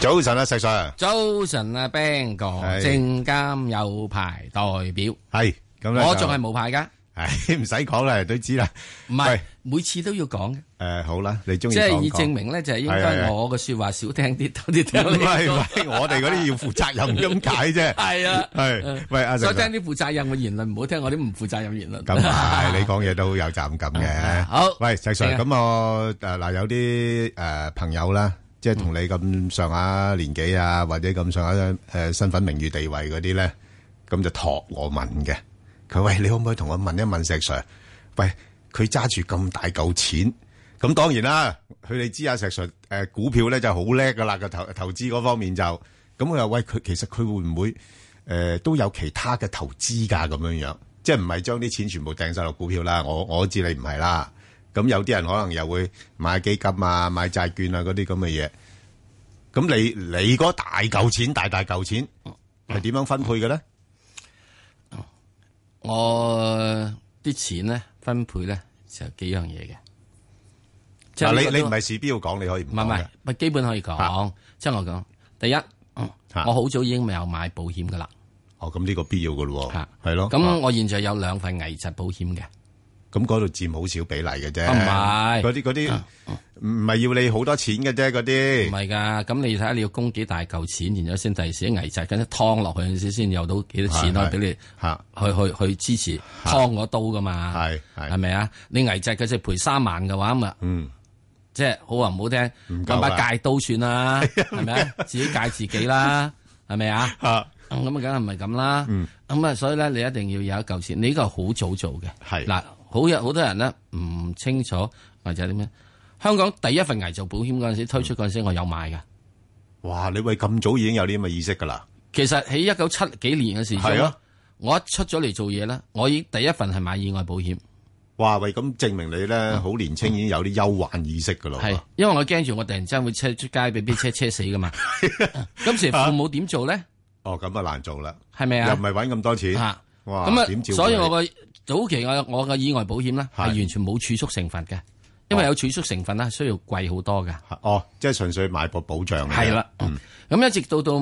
早晨啊，石 Sir，早晨啊，Bang 哥，係證監有牌代表，係咁咧，我仲係無牌噶，系唔使講啦，都知啦。唔係每次都要講嘅，诶，好啦，你中意即係講以講證明咧，就係應係係該係我嘅说話少聽啲，多啲 聽唔你係唔講。係，我哋嗰啲要負責任咁解啫。係啊，係喂，阿石所以聽 Sir，啲負責任嘅言論，唔好聽我啲唔負責任言論。咁啊，你講嘢都有責任感 嘅。好喂，石 Sir，係啊咁我诶嗱，有啲诶朋友啦，即係同你咁上下年紀啊，或者咁上下诶身份、名譽、地位嗰啲咧，咁就託我問嘅。佢喂，你可唔可以同我問一問石 Sir？喂，佢揸住咁大嚿錢，咁當然啦，佢哋知啊石 Sir 誒、股票咧就好叻噶啦，個投投資嗰方面就，咁佢又喂佢其實佢會唔會誒、呃都有其他嘅投資㗎咁樣樣，即係唔係將啲錢全部掟晒落股票啦？我我知你唔係啦，咁有啲人可能又會買基金啊、買債券啊嗰啲咁嘅嘢，咁你你嗰大嚿錢、大大嚿錢係點樣分配嘅咧？我啲錢咧分配咧就幾樣嘢嘅，即嗱，係呢你個你都唔係市標講，你可以唔唔係唔講係嘅，咪基本可以講，即係我講第一，嗯嚇我好早已經有買保險噶啦，哦，咁呢個必要嘅咯喎嚇，係咯，咁我現在有兩份危疾保險嘅。咁嗰度佔好少比例嘅啫，啊唔係嗰啲嗰啲唔唔係要你好多錢嘅啫，嗰唔啲係㗎，咁你睇下你要供幾大嚿錢，然之後先第時危疾，跟住劏落去嗰陣時先有到幾多係錢可係以俾你嚇去去去支持劏嗰刀㗎嘛？係係係咪啊？你危疾佢就賠三萬嘅話，咁啊，嗯即係好話唔好聽，唔夠啊揾把戒刀算啦，係咪啊？自己戒自己啦，係咪啊？嚇咁啊，梗係唔係咁啦？嗯咁啊，所以咧，你一定要有一嚿錢，你呢個好早做嘅。係嗱，好有好多人咧唔清楚或者啲咩？香港第一份危疾保險嗰陣時推出嗰陣時，嗯我有買㗎。哇！你喂咁早已經有啲咁嘅意識㗎啦，其實喺一九七幾年嘅時係候啊，我一出咗嚟做嘢咧，我已經第一份係買意外保險，哇！喂，咁證明你咧好年青已經有啲憂患意識㗎咯喎，係因為我驚住我突然之間會車出街俾啲車車死 噶嘛。啊今時父母點做咧？哦，咁啊難做啦，係咪又唔啊？係揾咁多錢，嚇哇！點咁照啊，所以顧我你個早期我我嘅意外保險咧係係完全冇儲蓄成分嘅，因為有儲蓄成分咧需要貴好多㗎。哦，即係純粹買個保障嘅啫係啦，嗯咁一直到到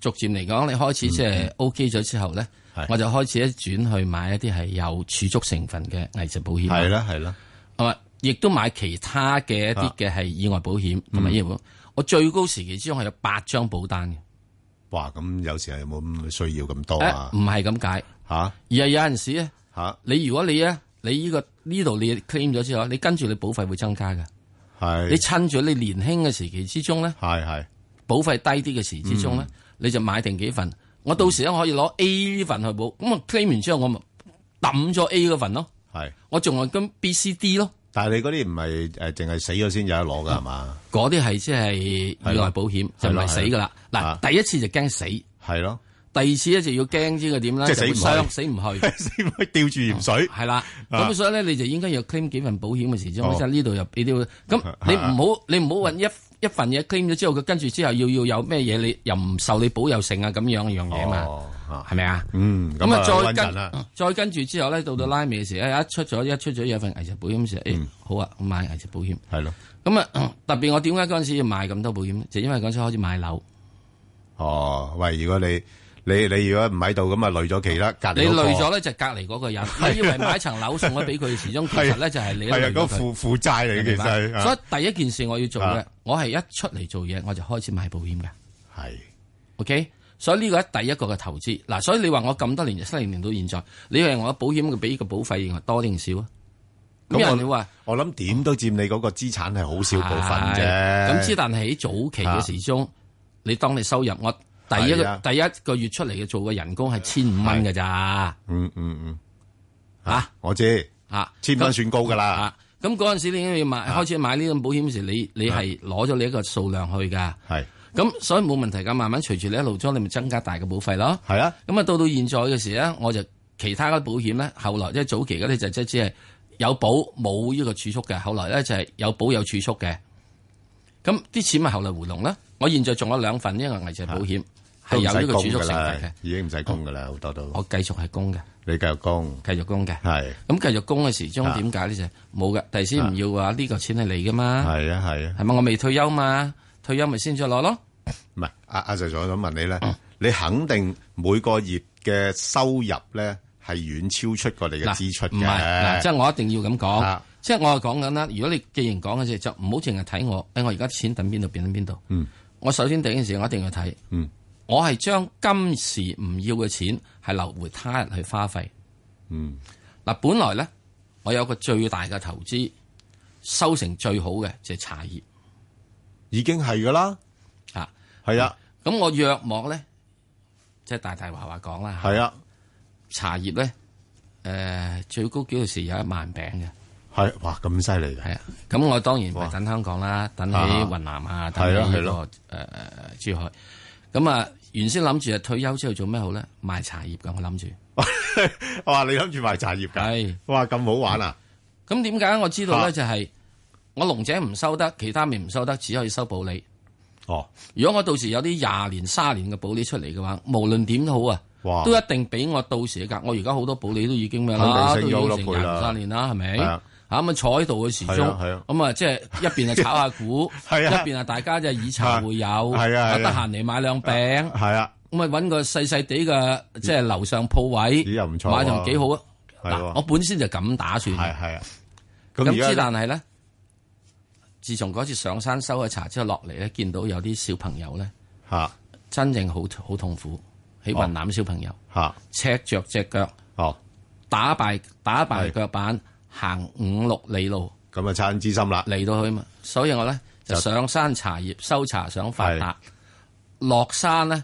逐漸嚟講，你開始即係 OK 咗之後咧嗯係，我就開始一轉去買一啲係有儲蓄成分嘅危疾保險。係啦係啦，係咪？亦都買其他嘅一啊啲嘅係意外保嗯險同埋醫療保險。我最高時期之中係有八張保單嘅，哇！咁有時係有冇咁需要咁多啊誒唔？係咁解，嚇而係有陣時咧，嚇你如果你咧，你呢、個呢度你 claim 咗之後，你跟住你保費會增加嘅。係你趁住你年輕嘅時期之中咧，係係保費低啲嘅時之中嗯咧，你就買定幾份。我到時咧可以攞 A 呢份去保，咁啊 claim 完之後我咪抌咗 A 嗰份咯，係，我仲係跟 B、C、D 咯，但係你嗰啲唔係誒淨係死咗先有得攞㗎係嘛？嗰啲係即係意外保險，就唔係死噶啦。係啊啦嗱，第一次就驚死。係咯。 第二次咧就要驚知佢點啦，即係死唔去就會傷死唔 去，先可以吊住鹽水。係啦。啊咁所以咧，你就應該要 claim 幾份保險嘅時哦鐘，即係呢度又俾啲。啊咁你唔好你唔好揾一一份嘢 claim 咗之後，佢跟住之後要要有咩嘢，你又唔受你保佑性啊咁樣嘅樣嘢嘛，哦，啊係咪啊？嗯，咁咁啊，嗯啊，再再跟啦，跟再跟住之後咧，到到拉尾嘅時候，一出咗一出咗有份危疾保險嘅時候，嗯誒好啊，我買危疾保險。系咯，咁啊， 特別我點解嗰陣時要買咁多保險咧？就因為嗰陣時開始買樓，哦，喂，如果你你你如果唔喺度，咁啊累咗期啦，隔你離嗰個累咗咧就隔離嗰 個人，你以為買層樓送咗俾佢，始終其實咧就係你累啊係啊，咗嗰個佢負負債嚟嘅，其實係所以第一件事我要做嘅啊，我係一出嚟做嘢我就開始買保險嘅係，OK？所以呢個係第一個嘅投資。嗱，所以你話我咁多年，七零年到現在，你係我保險嘅俾個保費認為多定少啊？咁咁人我哋話我諗點都佔你嗰個資產係好少部分啫。啊係咁之，但係喺早期嘅時鐘，你當你收入我第一係啊個第一個月出嚟嘅做嘅人工係千五蚊㗎咋嗯嗯嗯，嚇我知，嚇，千蚊算高㗎啦，啊啊，咁嗰陣時你已經要買，開始買呢種保險時，你你係攞咗你一個數量去㗎。係咁所以冇問題㗎，慢慢隨住你一路裝，你咪增加大嘅保費咯。係啊，咁啊，到到現在嘅時咧，我就其他嘅保險咧，後來即係早期嗰啲就即係只係有保冇呢個儲蓄嘅，後來咧就係有保有儲蓄嘅。咁啲錢咪後來回籠啦。我現在仲有兩份呢個危疾保險係啊都唔有呢使個儲供蓄成㗎啦分嘅，已經唔使供噶啦，好多都我繼續係供嘅，你繼續供，繼續供嘅。係咁繼續供嘅時啊鐘點解咧？就係冇嘅，第時唔要嘅話，呢個錢係你噶嘛，係啊係啊，係咪？我未退休嘛，退休咪先再攞咯。唔係阿阿 Sir 想問你咧，你肯定每個月嘅收入咧係遠超出過你嘅嗱支出唔係嗱，即嘅，係我一定要咁講啊，即係我係講緊啦。如果你既然講嘅嘢，就唔好淨係睇我，誒我而家錢等邊度變到邊度。嗯我首先第一件事我一定要睇，嗯我係將今時唔要嘅錢係留回他日去花費。嗯嗱，本來咧我有個最大嘅投資收成最好嘅就係茶葉已經係噶啦，啊。係啊咁我約莫咧，即係大大話話講啦，係啊茶葉咧，誒、最高幾時有一萬餅嘅。係，哇咁犀利嘅，系啊，咁我當然唔哇係等香港啦，等啊喺雲南啊，等係咯喺係呢咯個誒珠海。咁啊，原先諗住啊退休之後做咩好咧？賣茶葉㗎，我諗住。哇你諗住賣茶葉㗎，係。哇咁好玩啊，咁點解我知道啊咧？就係我龍井唔收得，其他咪唔收得，只可以收保理。哦如果我到時有啲廿年、卅年嘅保理出嚟嘅話，無論點都好啊，哇，都一定俾我到時嘅價。我而家好多保理都已經咩啦，肯定都已升咗好經多成倍廿啦三年啦，係咪？係啊嚇咁啊坐喺度嘅時係啊係啊鐘，咁啊即係一邊就炒下股，一 係啊邊啊大家就以茶會友，係啊係啊得閒嚟買兩餅，係啊咁咪揾個細細地嘅即係樓上鋪位，咦又唔錯喎買就幾好啊！係嗱喎，我本身就咁打算，係係啊，咁而之家但係咧，自從嗰次上山收咗茶之後落嚟咧，見到有啲小朋友咧。嚇真正好好痛苦，喺哦雲南小朋友嚇赤着只腳，哦打敗打敗係腳板，行五六里路咁啊差人之心啦，嚟到去嘛，所以我咧就就上山茶葉收茶想發達，落山咧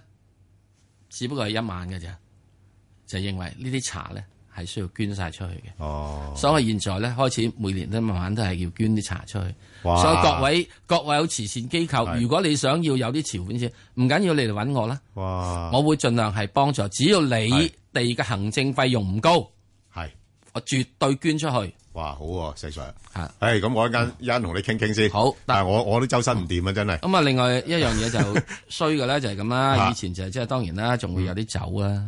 只不過係一晚嘅啫，就認為呢啲茶咧係需要捐晒出去嘅。哦所以我現在咧開始每年都慢慢都係要捐啲茶出去。哇所以各位各位有慈善機構，係如果你想要有啲籌款先，唔緊要你嚟揾我啦。哇我會盡量係幫助，只要你哦係哋嘅行政費用唔高，係。我絕對捐出去。哇，好喎、石 Sir。嚇嗯唉，咁我一間一間同你傾傾先。好但係我我都周身唔掂啊，真係。咁啊，另外一樣 嘢就衰嘅咧，就係咁啦。啊以前就係即係當然啦，仲會有啲酒啊啦，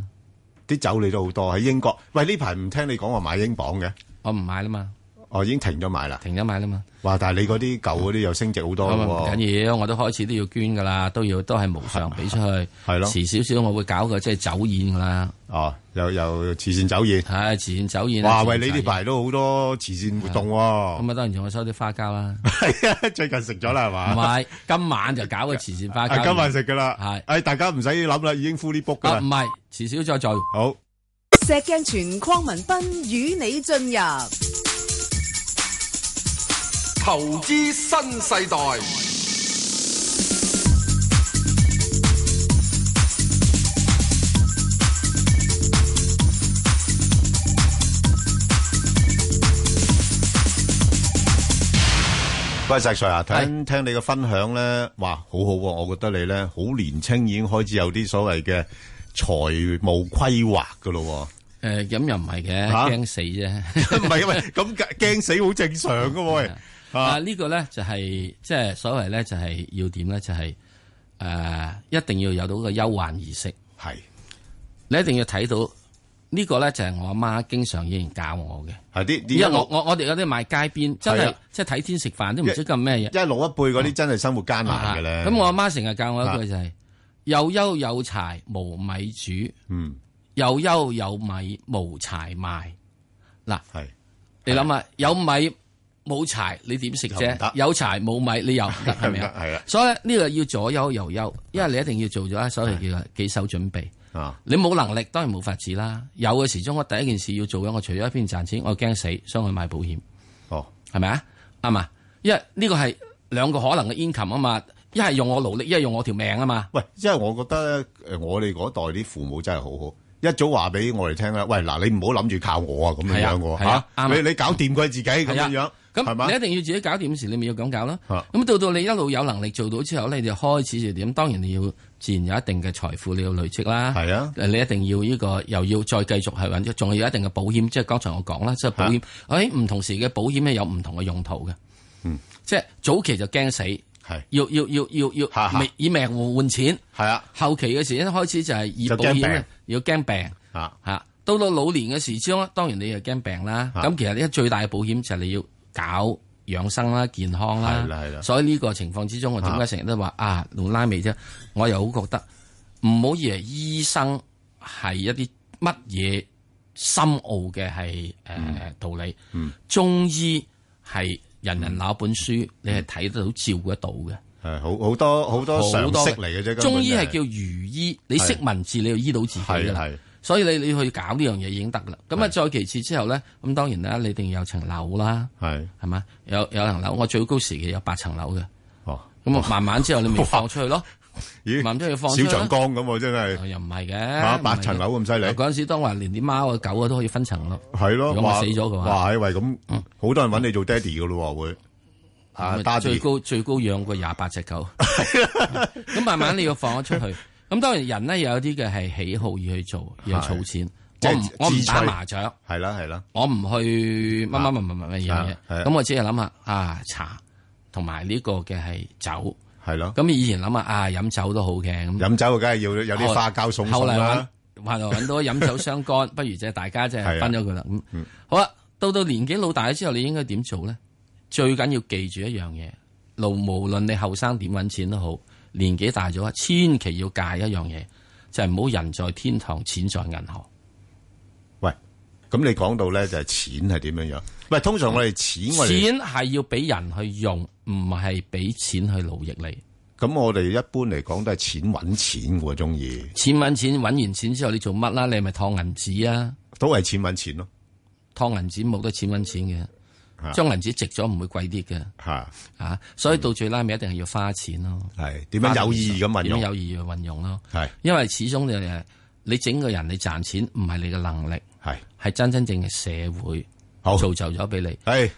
啲酒你都好多喺英國。喂，呢排唔聽你講話買英鎊嘅，我唔買啦嘛，哦已經停咗買啦。停咗買啦嘛。哇！但係你嗰啲舊嗰啲又升值好多咁啊唔喎。緊要，我都開始都要捐噶啦，都要都係無償俾出去。係咯遲少少我會搞個即係酒宴噶啦，哦，又又慈善酒宴。唉，慈善酒宴啊。哇！慈喂，善你茶呢宴排都好多慈善活動喎。咁啊，當然仲有收啲花膠啦，係啊，最近食咗啦，係唔嘛？ 係今晚就搞個慈善花啊膠。今晚食噶啦。係唉，大家唔使諗啦，已經 fully book 噶啊，唔啦。係遲少再做。好。石鏡泉匡文斌與你進入投資新世代，喂，石 Sir 啊，聽聽你嘅分享咧，哇，好好喎！我覺得你咧好年青，已經開始有啲所謂嘅財務規劃噶咯誒，咁又唔係嘅，嚇驚死啫。 喎，唔係因為咁驚死好正常噶喎，喂啊！啊呢個咧就係即係所謂咧就係要點咧就係誒一定要有到個憂患意識，係你一定要睇到呢個咧就係我阿媽經常以前教我嘅，係啲因為啲我我我哋有啲買街邊真係係啊即係睇天食飯都唔知咁咩嘢一老一輩嗰啲真係生活艱啊難嘅咧，咁我阿媽成日教我啊一句就係又憂有柴無米煮，嗯又憂有米無柴賣。嗱，係你諗下有米冇柴你點食又唔得啫？有柴冇米你又唔 得係咪啊？係啊所以咧呢個要左憂右憂，因為你一定要做咗啊所謂叫做幾手準備。啊你冇能力當然冇法子啦。有嘅時鐘，我第一件事要做嘅，我除咗一邊賺錢，我驚死，所以我買保險，哦係咪啊？啱嘛？因為呢個係兩個可能嘅 income 啊嘛，一係用我勞力，一係用我條命啊嘛。喂，因為我覺得咧，誒我哋嗰代啲父母真係好好。一早話俾我哋聽啦，喂嗱，你唔好諗住靠我啊，咁樣係啊樣喎係啊嚇啱啊你你搞掂佢自己咁係啊樣樣，係咁嘛你一定要自己搞掂時，你咪要咁搞啦。啊咁到到你一路有能力做到之後咧，你就開始就點？當然你要自然有一定嘅財富，你要累積啦。係啊誒你一定要呢個又要再繼續係揾，仲要有一定嘅保險。即係剛才我講啦，啊即係保險喺唔同時嘅保險咧有唔同嘅用途嘅。嗯，即係早期就驚死，係要要要要要嚇嚇命以命換換錢。係啊，後期嘅時一開始就係以就保驚險病咧要驚病。啊吓，到到老年嘅時之中，當然你又驚病啦。嚇咁其實呢最大嘅保險就係你要搞養生啦、健康啦。係啦係啦啊所以呢個情況之中，我點解成日都話啊，老拉尾啫？我又好覺得唔好以為醫生係一啲乜嘢深奧嘅係嗯誒道理。中醫係人人攞本嗯書，你係睇得到、照得到嘅。係好好多好多常好多識嚟嘅啫。根本中醫係就叫儒醫，你識文字，你就醫到啊自己㗎係啦係所以你你去搞呢樣嘢已經得啦。咁啊，係再其次之後咧，咁當然啦，你一定要有層樓啦，係係嘛？有有層樓，我最高時期有八層樓嘅。哦，咁啊，慢慢之後你咪放出 去咯，咦，慢慢之後放出小去象咯。哦江咁喎，真係又唔係嚇嘅，八唔係嘅層樓咁犀利，嗰陣時當話連啲貓啊、狗啊都可以分層咯。係咯。如果我哇死咗嘅話嗯哇，係喂咁，好多人揾你做爹哋嘅咯喎，會啊，咁爹啊最哋高最高養過廿八 隻狗。咁慢慢你要放咗出去。咁當然人咧有啲嘅係喜好而去做，要去儲錢。即我係唔我唔志趣打麻雀。係啦係啦，我唔去乜乜乜乜乜乜樣啊係啊嘢，咁我只係諗下啊茶同埋呢個嘅係酒，係咯。咁以前諗下啊飲酒都好嘅咁，飲酒梗係要有啲花膠送送後嚟啦，揾後嚟揾到飲酒相 干，不如即係大家即係係啊分咗佢啦。咁好啦，到到年紀老大之後，你應該點做咧？最緊要記住一樣嘢，無無論你後生點揾錢都好，年紀大咗，千祈要戒一樣嘢，就係唔好人在天堂，錢在銀行。喂，咁你講到咧就係錢係點樣樣？喂，通常我哋錢我哋錢係要俾人去用，唔係俾錢去勞役你。咁我哋一般嚟講都係錢揾錢喎，中意錢揾錢，揾完錢之後你做乜啦？你係咪燙銀紙啊？都係錢揾錢咯燙銀紙冇得錢揾錢嘅，啊將銀紙值咗唔會貴啲嘅吓，啊！所以到最拉尾一定係要花錢咯，係點樣有意義咁運點用？樣有意義去運用咯。係因為始終你係你整個人你賺錢唔係你嘅能力，係係真真正嘅社會好，哎造就咗俾你。係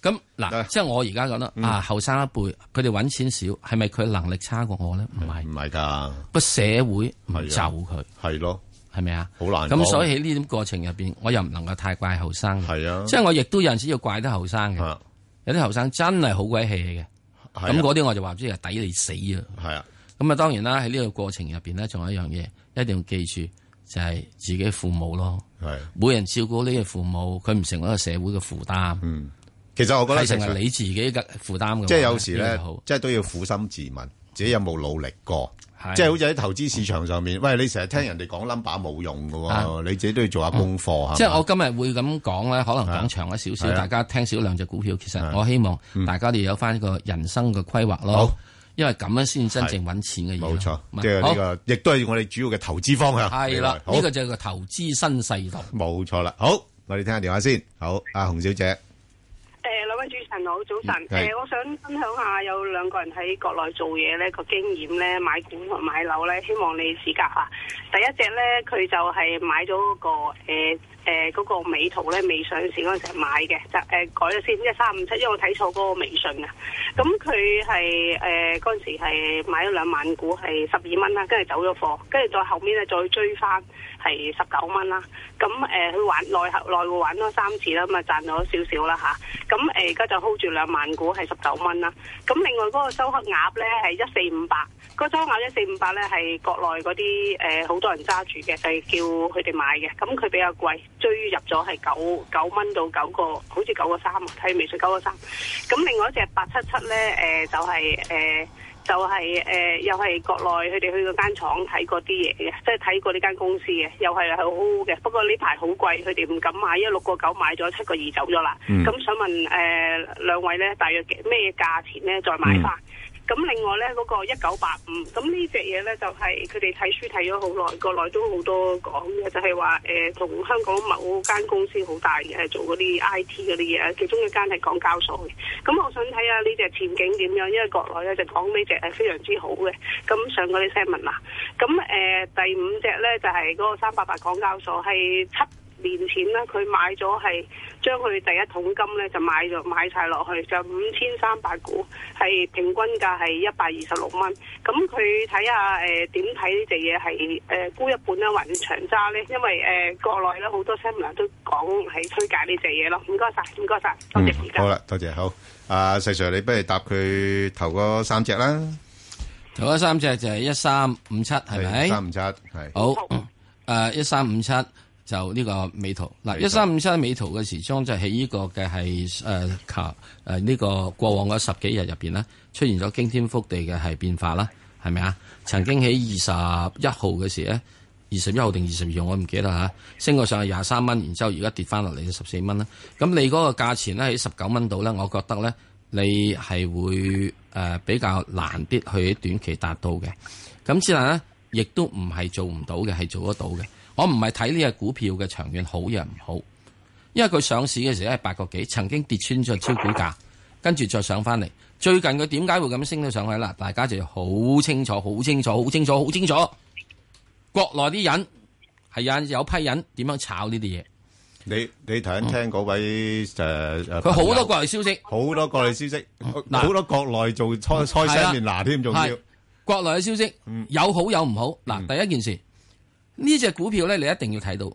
咁嗱，得即係我而家覺嗯得啊，後生一輩佢哋揾錢少，係咪佢能力差過我咧？唔係唔。係㗎？個社會嗯唔就係啊佢，係咯，係咪啊？好難咁講所以喺呢啲過程入邊，我又唔能夠太怪後生嘅，係啊即係我亦都有陣時要怪啲後生嘅，嚇有啲後生真係好鬼氣嘅，係咁啊嗰啲我就話唔知係抵你死啊！係啊咁啊，當然啦，喺呢個過程入邊咧，仲有一樣嘢一定要記住，就係自己父母咯，係。每人照顧呢個父母，佢唔成為一個社會嘅負擔，其嗯實我覺得係成成為日你自己嘅負擔嘅話。即係有時呢咧個好，即係都要苦心自問，自己有冇努力過？係即係好似喺投資市場上面，喂，你成日聽人哋講 number 冇用㗎喎，你自己都要做下功課即係係嘛我今日會咁講咧，可能啊講長咗少係少，啊嗯大家聽少兩隻股票。其實我希望大家哋有翻個人生嘅規劃咯好，因為咁樣先真正揾錢嘅嘢咯。冇錯，咪即係呢好個亦都係我哋主要嘅投資方向。係未來啦，好呢個就係個投資新世代。冇錯啦。好，我哋聽下電話先。好，阿洪小姐，誒，兩位主持人好，早晨。係誒，我想分享下有兩個人喺國內做嘢咧個經驗咧，買股同買樓咧，希望你指教下。第一隻咧，佢就係買咗嗰個誒誒嗰個美圖咧，未上市嗰陣時買嘅，就誒改咗先一三五七，因為我睇錯嗰個微信啊。咁佢係誒嗰陣時係買咗兩萬股，係十二蚊啦，跟住走咗貨，跟住再後面咧再追翻係十九蚊啦。咁誒佢玩內後內戶玩咗三次啦，咁啊賺咗少少啦吓。咁誒而家就 hold 住兩萬股係十九蚊啦。咁另外嗰個收黑鴨咧係一四五八，嗰收黑鴨一四五八咧係國內嗰啲誒好多人揸住嘅，就係叫佢哋買嘅。咁佢比較貴，追入咗係九九蚊到九個，好似九個三啊，睇微信九個三。咁另外一隻八七七咧誒就係、呃誒。就係、誒、又係國內佢哋去嗰間廠睇過啲嘢嘅，即係睇過呢間公司嘅，又係係好好嘅。不過呢排好貴，佢哋唔敢買，因為六個九買咗，七個二走咗啦。咁、想問誒、兩位咧，大約幾咩價錢咧再買翻？咁另外咧，嗰、個一九八五，咁呢只嘢咧就係佢哋睇書睇咗好耐，國內都好多講嘅，就係話誒同香港某間公司好大嘅，係做嗰啲 I T 嗰啲嘢，其中一間係港交所嘅。咁我想睇下呢只前景點樣，因為國內咧就講呢只係非常之好嘅，咁上嗰啲 s e m i n 啦。咁誒、第五隻咧就係、嗰個三八八港交所係七。二年前咧，佢買咗呃係將佢第一桶金咧就買咗買晒落去，就五呃千三百股，係平均價係一百二十六蚊。咁呃佢睇下呃誒點睇呢隻嘢係誒沽一半咧，還是啊長揸咧？因為誒、呃、國內咧好多 seminar 都講係推介呢隻嘢咯。唔該晒，唔該晒，多謝嗯而家。好啦，多謝好。阿細 Sir，你不如答佢頭嗰三隻啦，頭嗰三隻就係一三五七，係咪？三五七係好，誒呃一三五七就呢個美圖嗱，美一圖三五七美圖嘅時鐘就喺呢個嘅係誒靠誒呢個過往嗰十幾日入邊咧，出現咗驚天覆地嘅係變化啦，係咪啊？曾經喺二十一號嘅時咧，二十一號定二十二號我唔記得啦嚇，升過上去廿三蚊，然之後而家跌翻落嚟十四蚊啦。咁你嗰個價錢咧喺十九蚊度咧，我覺得咧你係會誒、呃比較難啲去短期達到嘅。咁之但咧，亦都唔係做唔到嘅，係做得到嘅。我唔係睇呢只股票嘅長遠好又唔好，因為佢上市嘅時候係八個幾，曾經跌穿咗招股價，跟住再上翻嚟。最近佢點解會咁升到上去啦？大家就要好清楚、好清楚、好清楚、好清楚。國內啲人係有有批人點樣炒呢啲嘢，你你頭先聽嗰位誒誒，佢好朋多友國內消息。好多國內消息，嗱好多國內做開開係啦西面拿添，仲要係國內嘅消息有好有唔好。嗱，第一件事，呢只股票咧，你一定要睇到。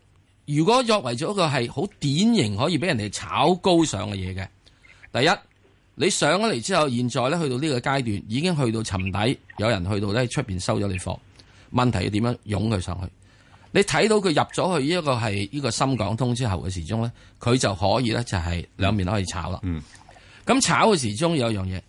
如果作為咗一個係好典型可以俾人哋炒高上嘅嘢嘅，第一，你上咗嚟之後，現在咧去到呢個階段，已經去到沉底，有人去到咧出邊收咗你貨，問題要點樣湧佢上去？你睇到佢入咗去呢一個係呢個深港通之後嘅時鐘咧，佢就可以咧就係兩面都可以炒啦。嗯咁炒嘅時鐘有一樣嘢，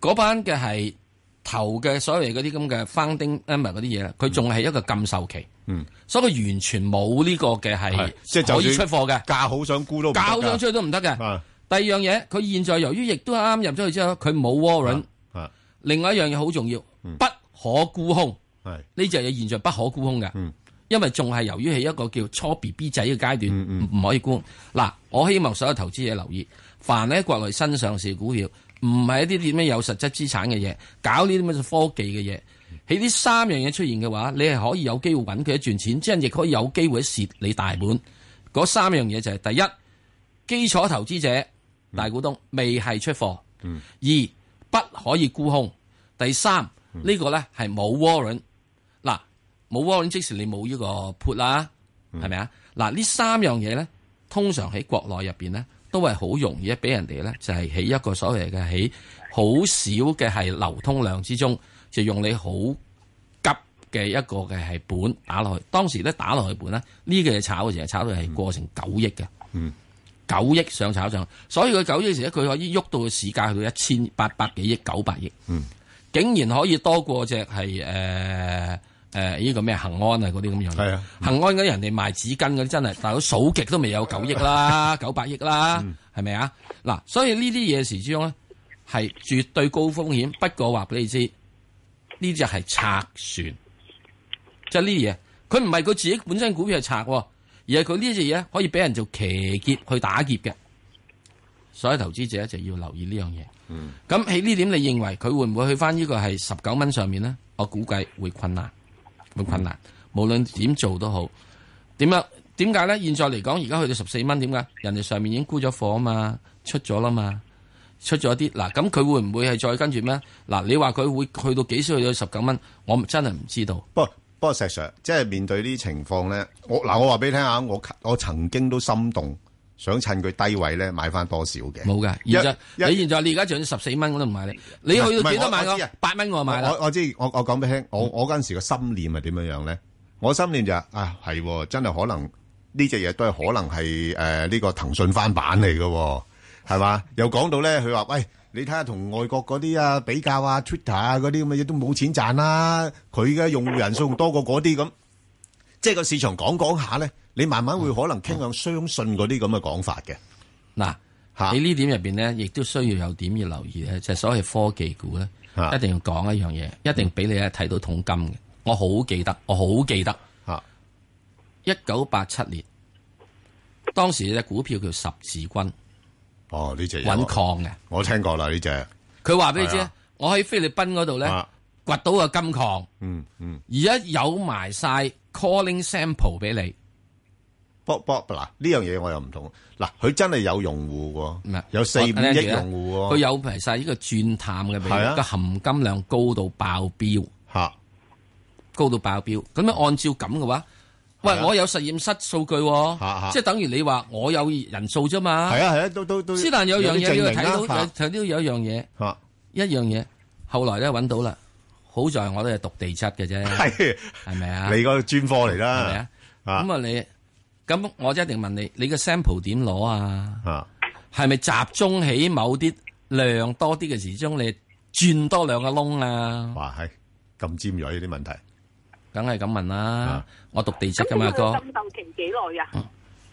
嗰班嘅係投嘅所謂嗰啲咁嘅 founding member 嗰啲嘢咧，佢仲係一個禁售期，嗯所以佢完全冇呢個嘅係係即係就可以出算貨嘅，價好想沽都唔得搞㗎咗出去都唔得嘅。啊第二樣嘢，佢現在由於亦都啱入咗去之後，佢冇 warrant，啊另外一樣嘢好重要，嗯不可沽空。係呢隻嘢現在不可沽空嘅，嗯因為仲係由於係一個叫初 B B 仔嘅階段，唔、嗯可以沽空。嗱，我希望所有投資者留意，凡喺國內新上市股票，唔係一啲點樣有實質資產嘅嘢，搞呢啲咁嘅科技嘅嘢，喺呢三樣嘢出現嘅話，你係可以有機會揾佢一轉錢，即係亦可以有機會蝕你大本。嗰三樣嘢就係、第一，基礎投資者大股東未係出貨；嗯二，不可以沽空；第三，呢個呢係冇 warrant。嗱，冇 warrant 即時你冇呢個 put 啦，係咪啊？嗱，呢三樣嘢咧，通常喺國內入邊咧，都係好容易俾人哋咧，就係喺一個所謂嘅喺好少嘅係流通量之中，就用你好急嘅一個嘅係本打落去。當時咧打落去本咧，呢個嘢炒嘅時候炒到係過成九億嘅。嗯九億上炒上，所以佢九億時咧，佢可以喐到個市價去到一千八百幾億、九百億，嗯竟然可以多過隻係誒誒呢個咩恒安啊嗰啲咁樣。係啊，恒安嗰啲人哋賣紙巾嗰啲真係，大佬數極都未有九 億嗯啦，九百億啦，係咪啊？嗱，所以呢啲嘢時之中咧係絕對高風險，不過話俾你知，呢只係拆船。即係呢啲嘢，佢唔係佢自己本身股票係拆喎，而係佢呢隻嘢可以俾人做騎劫去打劫嘅。所以投資者就要留意呢樣嘢。咁喺呢點，你認為佢會唔會去翻呢個係十九蚊上面呢？我估計會困難，會困難。無論點做都好，點樣？點解呢？現在嚟講，而家去到十四蚊，點解？人哋上面已經沽咗貨啊嘛，出咗啦嘛。出咗啲嗱，咁佢會唔會係再跟住咩？嗱，你話佢會去到幾時去到十九蚊？我真係唔知道。不過不過石 Sir，即係面對呢啲情況咧，我嗱我話俾你聽下，我我曾經都心動，想趁佢低位咧買翻多少嘅。冇噶，一現在一你現在你而家仲要十四蚊我都唔買你，你唔係去唔到係幾多我買我知我啊？八蚊我買啦，我我知，我我講俾你聽，我我嗰陣時個心念係點樣樣咧？我心念就係啊，係喎真係可能呢只嘢都係可能係誒呢個騰訊翻版嚟嘅喎，係嘛？又講到咧，佢話喂，你睇下同外國嗰啲啊比較啊，Twitter 啊嗰啲咁嘅嘢都冇錢賺啦，佢嘅用戶人數仲多過嗰啲咁，即係個市場講講下咧，你慢慢會可能傾向相信嗰啲咁嘅講法嘅嗱嚇喺呢點入邊咧，亦都需要有點要留意咧，就係所謂科技股咧，啊一定要講一樣嘢，一定俾你咧睇到桶金嘅。我好記得，我好記得嚇，一九八七年，當時只股票叫十字軍哦呢只嘢揾我礦嘅，我聽過啦呢只，佢話俾你知係啊，我喺菲律賓嗰度咧啊掘到個金礦。嗯嗯而家有埋晒 calling sample 俾你，不不嗱呢樣嘢我又唔同，嗱佢真係有用戶唔係喎，有四五億我聽住啊用戶佢喎，有埋晒呢個鑽探嘅比係啊率，個含金量高到爆表，嚇高到爆表。咁樣按照咁嘅話，係喂，啊我有實驗室數據嚇喎嚇，即係等於你話我有人數啫嘛。係啊係啊，都都都之但有樣嘢你要啲證睇明到，啦睇到有一樣嘢，嚇嚇一樣嘢，後來咧揾到啦。好在我都係讀地質嘅啫， 係係咪啊？你個專科嚟係咪啦啊？啊咁啊你，咁我一定問你，你嘅 sample 點攞啊？嚇係咪集中喺某啲量多啲嘅時鐘，你轉多兩個窿啊？哇係咁尖鋭啲問題，梗係咁問啦啊。我讀地質噶咁嘛，哥。深究期幾耐啊？嗯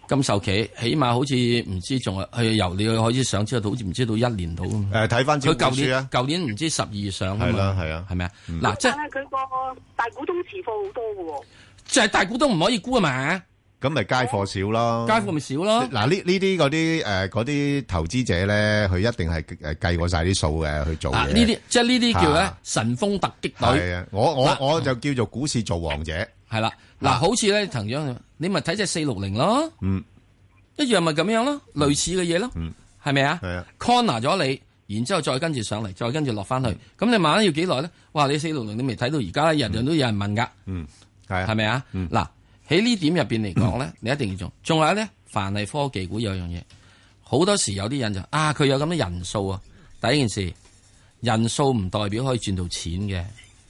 金壽期起碼好似唔知仲係係由你開始上車到，好似唔知到一年到。誒睇翻招佢股舊書年啊，舊年唔知十二月上㗎係啦嘛，係啊係咪啊？嗱，即係但係佢個大股東持貨好多嘅喎。就係大股東唔可以沽啊嘛，咁咪街貨少咯，街貨咪少咯。嗱呢呢啲嗰啲誒嗰啲投資者咧，佢一定係誒計過晒啲數嘅去做啊，嘢。呢啲即係呢啲叫咧啊神風突擊隊係，啊，我我嗱我就叫做股市做王者。係啦。嗱，好似咧同樣，你咪睇只四六零咯，嗯，一樣咪咁樣咯，類似嘅嘢咯，係咪啊係啊？corner 咗你，然之後再跟住上嚟，再跟住落翻嗯去，咁你慢慢要幾耐咧？哇！你四六零你未睇到而家，日日都有人問㗎。係啊，係咪啊？嗱，喺呢點入邊嚟講嗯咧，你一定要做。仲有咧，凡係科技股有樣嘢，好多時有啲人就啊，佢有咁嘅人數啊。第一件事，人數唔代表可以賺到錢嘅。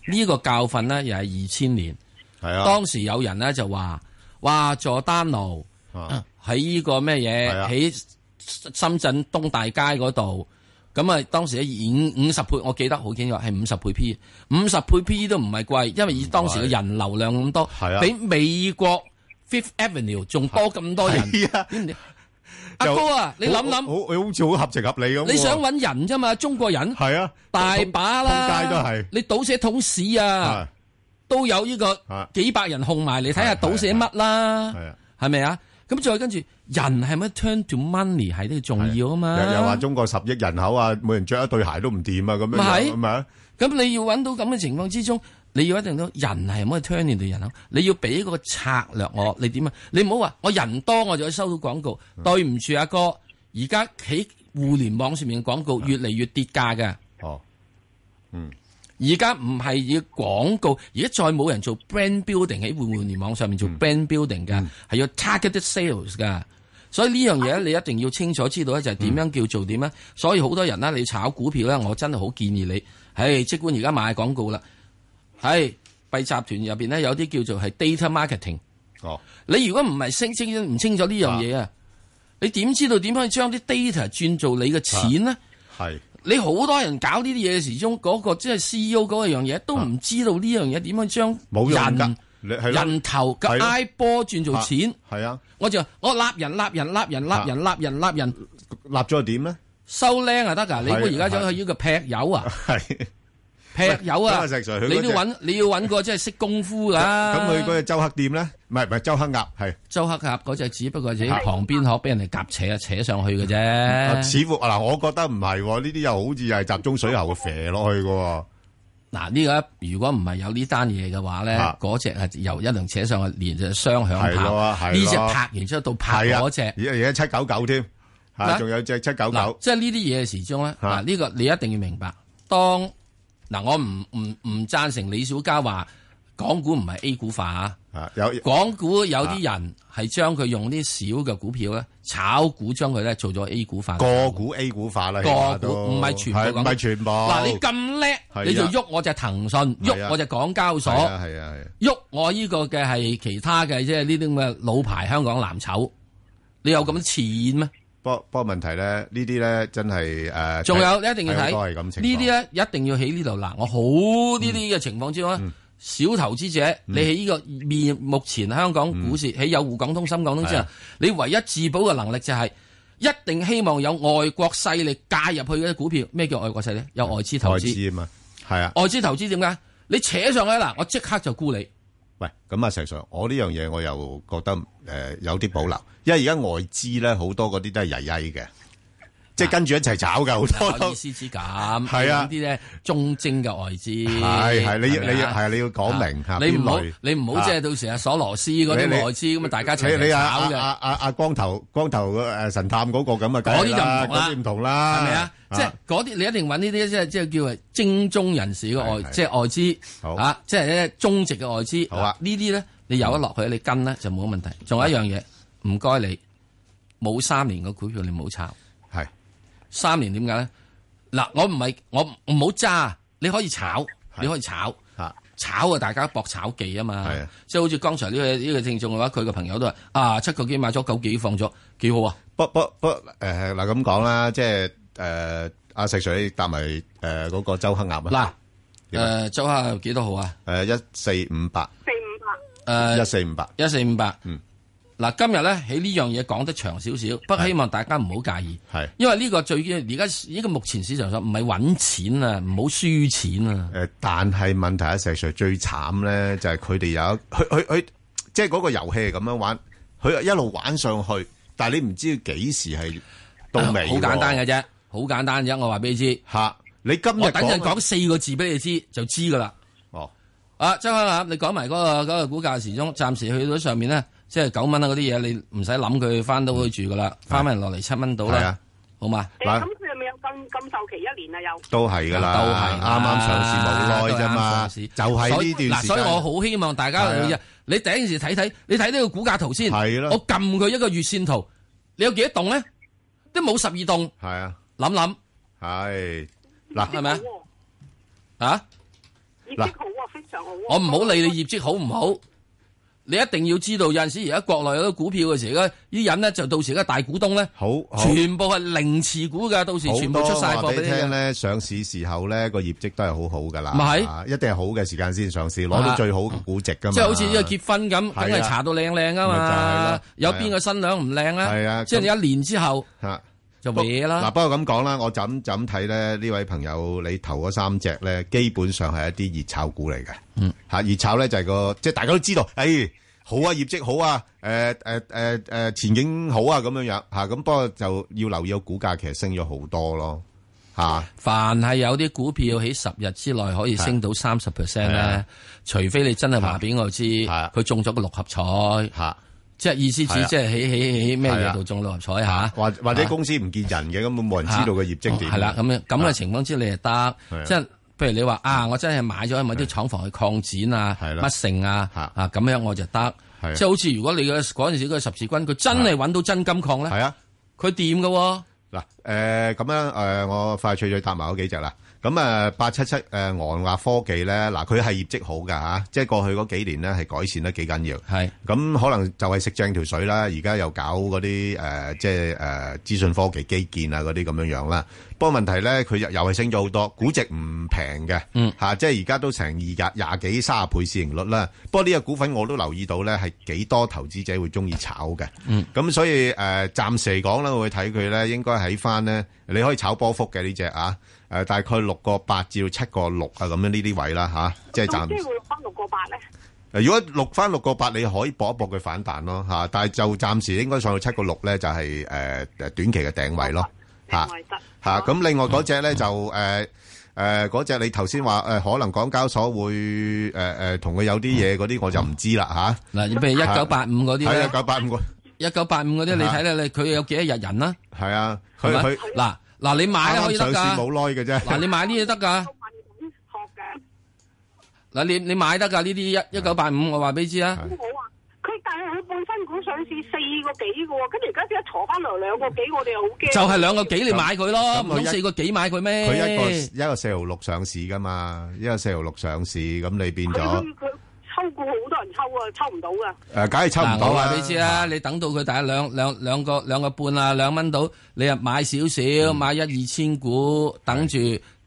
呢、個教訓咧，又係二千年，係啊，當時有人咧就話：，哇，佐丹奴啊喺呢個咩嘢係啊喺深圳東大街嗰度。咁啊，當時咧五五十倍，我記得好清楚係五十倍 P，五十倍 P 都唔係貴，因為以當時嘅人流量咁多，係啊比美國 Fifth Avenue 仲多咁多人。係啊知唔知阿就哥啊，你諗好諗，好好似好合情合理咁喎。你想揾人啫嘛？中國人係啊，大把啦，通街都係你倒寫桶屎啊係，都有呢個啊幾百人控埋，你睇下係倒寫乜啦係啊，係咪啊？咁再跟住人係咪 turn to money 係都重要啊嘛？又又話中國十億人口啊，每人着一對鞋都唔掂啊，咁樣咪樣係咁咪啊，咁你要揾到咁嘅情況之中，你要一定到人係唔可以 turn into 人口，啊你要俾個策略我，你點啊？你唔好話我人多我就可以收到廣告，嗯對唔住阿哥，而家喺互聯網上面嘅廣告嗯越嚟越跌價嘅，哦，而家唔係以廣告，而家再冇人做 brand building 喺互聯網上面做 brand building 㗎，係、要 targeted sales 㗎。所以呢樣嘢你一定要清楚知道咧，就係點樣叫做點咧。所以好多人咧，你炒股票咧，我真係好建議你，唉，即管而家買廣告啦，係幣集團入邊咧有啲叫做係 data marketing。哦，你如果唔係清清唔清楚呢樣嘢啊，你點知道點樣去將啲 data 轉做你嘅錢咧？係你好多人搞呢啲嘢嘅時鐘，嗰、個即係 CEO 嗰樣嘢都唔知道呢樣嘢點樣將啊冇用㗎人，你係咯人頭嘅係咯 I 波轉做錢，係啊，我就我立人立人立人立人立人立人立咗又點咧？收僆啊得㗎！你係估而家走去呢個劈友啊，係劈 友啊喂，咁啊石 Sir，佢嗰隻你都揾你要揾個即係識功夫㗎。咁佢嗰只周黑店咧，唔係唔係周黑鴨係。周黑鴨嗰只只不過喺旁邊可俾人哋夾扯啊扯上去嘅啫。似乎-嗱，我覺得唔係喎，呢啲又好似又係集中水喉嘅，肥落去嘅喎。嗱呢個如果唔係有呢單嘢嘅話咧啊，嗰只係由一輪扯上去，連隻雙響係咯係炮，咯呢只拍完之後到拍係啊，嗰只。而家-而家799添，啊，嗱，仲有隻799嗱，即係呢啲嘢時鐘咧，啊嗱呢個你一定要明白。當嗱我唔唔唔贊成李小加話港股唔係 A 股化啊。啊，有-港股有啲人係將佢用啲小嘅股票咧炒股，將佢咧做咗 A 股化。個股 A 股化啦，個起碼都。股唔係全部係，講唔係全部。嗱，你咁啊叻，你就喐我隻騰訊，係啊喐我隻港交所，係啊，係啊，係啊。喐我呢個嘅係其他嘅，即係呢啲咁嘅老牌香港藍籌，你有咁錢咩？不過-不過問題呢，呢啲呢，真係，誒，仲有睇-你一定要睇呢睇好多係咁情況。啲咧，一定要喺呢度嗱。我好呢啲嘅情況之中嗯咧，小投資者你喺呢個面目前香港股市喺有滬港通、深港通之嗯係啊後，你唯一自保嘅能力就係一定希望有外國勢力介入去嗰啲股票。咩叫外國勢力？有外資投資，外資啊嘛，係啊。外資投資點解？你扯上去嗱，我即刻就沽你。喂，咁啊，石 Sir，我呢樣嘢我又覺得誒、呃有啲保留，因為而家外資咧好多嗰啲都係曳曳嘅，即係跟住一齊炒㗎，好多嗱我都意思之咁，係啊呢啲咧中精嘅外資，係係你係咪你啊係你要講明嚇你唔好邊類你唔好啊即係到時啊索羅斯嗰啲你你外資咁啊，大家一齊你你嚟啊炒嘅，啊啊啊光頭光頭誒神探嗰個咁啊，梗嗰啲係就啦唔同啦嗰啲唔同啦，係咪啊？即係嗰啲你一定揾呢啲即係即係叫係精中人士嘅係外，係即係外好資啊，即係咧中值嘅外資。好啊嗱呢啲咧你有得落去，你跟咧就冇乜問題。仲有一樣嘢，唔該你冇三年嘅股票你唔好炒。係三年點解咧？嗱，我唔係我唔唔好揸，你可以炒，你可以炒。嚇炒啊！大家搏炒技啊嘛係啊，即係好似剛才呢個呢個聽眾嘅話，佢個朋友都話啊七個幾買咗九幾放咗，幾好啊！不不不誒嗱咁講啦，即係誒阿石 Sir 你搭埋誒嗰個周黑鴨嗱啊，，點啊誒周下幾多號啊？誒一四五八四五百。誒一四五八，一四五八。嗯嗱，今日咧喺呢樣嘢講得長少少，不過係希望大家唔好介意，係因為呢個最緊要而家呢個目前市場上唔係揾錢啊，唔好輸錢啊。誒，但係問題啊，石 Sir 最慘咧，就係佢哋有一佢佢佢，即係嗰個遊戲係咁樣玩，佢一路玩上去，但係你唔知幾時係到尾喎。啊好簡單嘅啫，好簡單啫。我話俾你知，吓，你今日我等陣講四個字俾你知就知噶啦。哦，啊，周香啊，你講埋嗰個嗰個股價時鐘，暫時去到上面咧，即係九蚊啊嗰啲嘢，你唔使諗佢翻到去住噶啦，翻翻落嚟七蚊到係啦啊，好嘛？誒嗱咁佢係咪有禁禁售期一年啊？又都係噶啦，都係啦啱啱上市冇耐啫都啱嘛，上就市係呢段時間。所以嗱所以我好希望大家留意係啊啊！你第一件事睇睇，你睇呢個股價圖先。係咯我撳佢一個月線圖，你有幾多棟咧？都冇十二棟，係啊，諗諗係嗱係咪啊好喎啊！業嗱績好喎，非常好喎。我唔好理你業績好唔好，你一定要知道有陣時而家國內嗰啲股票嘅時候，而家啲人咧就到時而家大股東咧，好好全部係零持股㗎，到時全部出晒好多話貨俾你俾你聽嘅。咧，上市時候咧個業績都係好好噶啦，咪係啊一定係好嘅時間先上市，攞到啊最好嘅估值噶嘛。即係好似呢個結婚咁，係啊梗係查到靚靚啊咪就係嘛咯，有係啊邊個新娘唔靚係啊啊？即係你一年之後吓。就不歪啦嗱，。不過咁講啦，我就咁就咁睇咧，呢位朋友你投嗰三隻咧，基本上係一啲熱炒股嚟嘅。嗯，嚇熱炒咧就係個即係大家都知道，誒、好啊，業績好啊，誒誒誒誒前景好啊咁樣樣嚇，咁、不過就要留意個股價其實升咗好多咯嚇。凡係有啲股票喺十日之內可以升到三十 percent 係啊咧，除非你真係話俾我知，係啊佢中咗個六合彩，嚇即係意思係啊指即係喺喺喺咩係啊嘢度中六合彩嚇，或或者公司唔見人嘅，根本冇人知道個業績點。啊哦係啦，咁樣咁嘅情況之下你就得啊，即係譬如你話啊，我真係買咗喺某啲廠房去擴展啊，係啦乜成啊嚇啊咁樣我就得係啊，即係好似如果你嘅嗰陣時嗰個十字軍，佢真係揾到真金礦係咧，啊。佢掂嘅喎。嗱，誒咁樣誒，我快脆脆搭埋嗰幾隻啦。咁誒八七七誒昂亞科技咧，嗱佢係業績好㗎嚇，即係過去嗰幾年咧係改善得幾緊要。係咁可能就係食正條水啦，而家又搞嗰啲誒，即係誒資訊科技基建啊嗰啲咁樣樣啦。不過問題咧，佢又又係升咗好多，估值唔平嘅，嗯嚇、即係而家都成二廿廿幾卅倍市盈率啦。不過呢個股份我都留意到咧，係幾多投資者會中意炒嘅。嗯，咁所以誒、呃，暫時嚟講咧，我會睇佢咧，應該喺翻咧，你可以炒波幅嘅呢只啊，誒、大概六個八至到七個六啊，咁樣呢啲位啦吓、即係咁暫即係會翻六個八咧？如果六翻六個八，你可以搏一搏佢反彈咯嚇，但係就暫時應該上到七個六咧，就係誒誒短期嘅頂位咯嚇另外得嚇。咁、另外嗰只咧就誒誒嗰只你頭先話誒可能港交所會誒誒同佢有啲嘢嗰啲，我就唔知啦嗱，譬如一九八五嗰啲嚇。係啊，咧，九八五個一九八五嗰啲你睇咧，你佢有幾多日人啦？係啊，佢係咪佢嗱嗱，你買咧可啱以啱上得市㗎，冇耐嘅啫。嗱你買呢啲得㗎，我問緊學嘅。嗱你你買得㗎呢啲一一九八五，我話俾你知啊，好啊！佢但係佢本身股上市四個幾嘅喎，跟住而家只一坐翻落兩個幾，我哋好驚。就係兩個幾你買佢咯，咁唔佢一通四個幾買佢咩？佢一個一個四毫六上市㗎嘛，一個四毫六上市，咁你變佢咗佢佢抽股好多人抽啊，抽唔到噶。誒，梗係抽唔嗱，到我啦話俾你知啊，你等到佢大概兩兩兩個兩個半啊，兩蚊到，你又買少嗯少，買一二千股，等住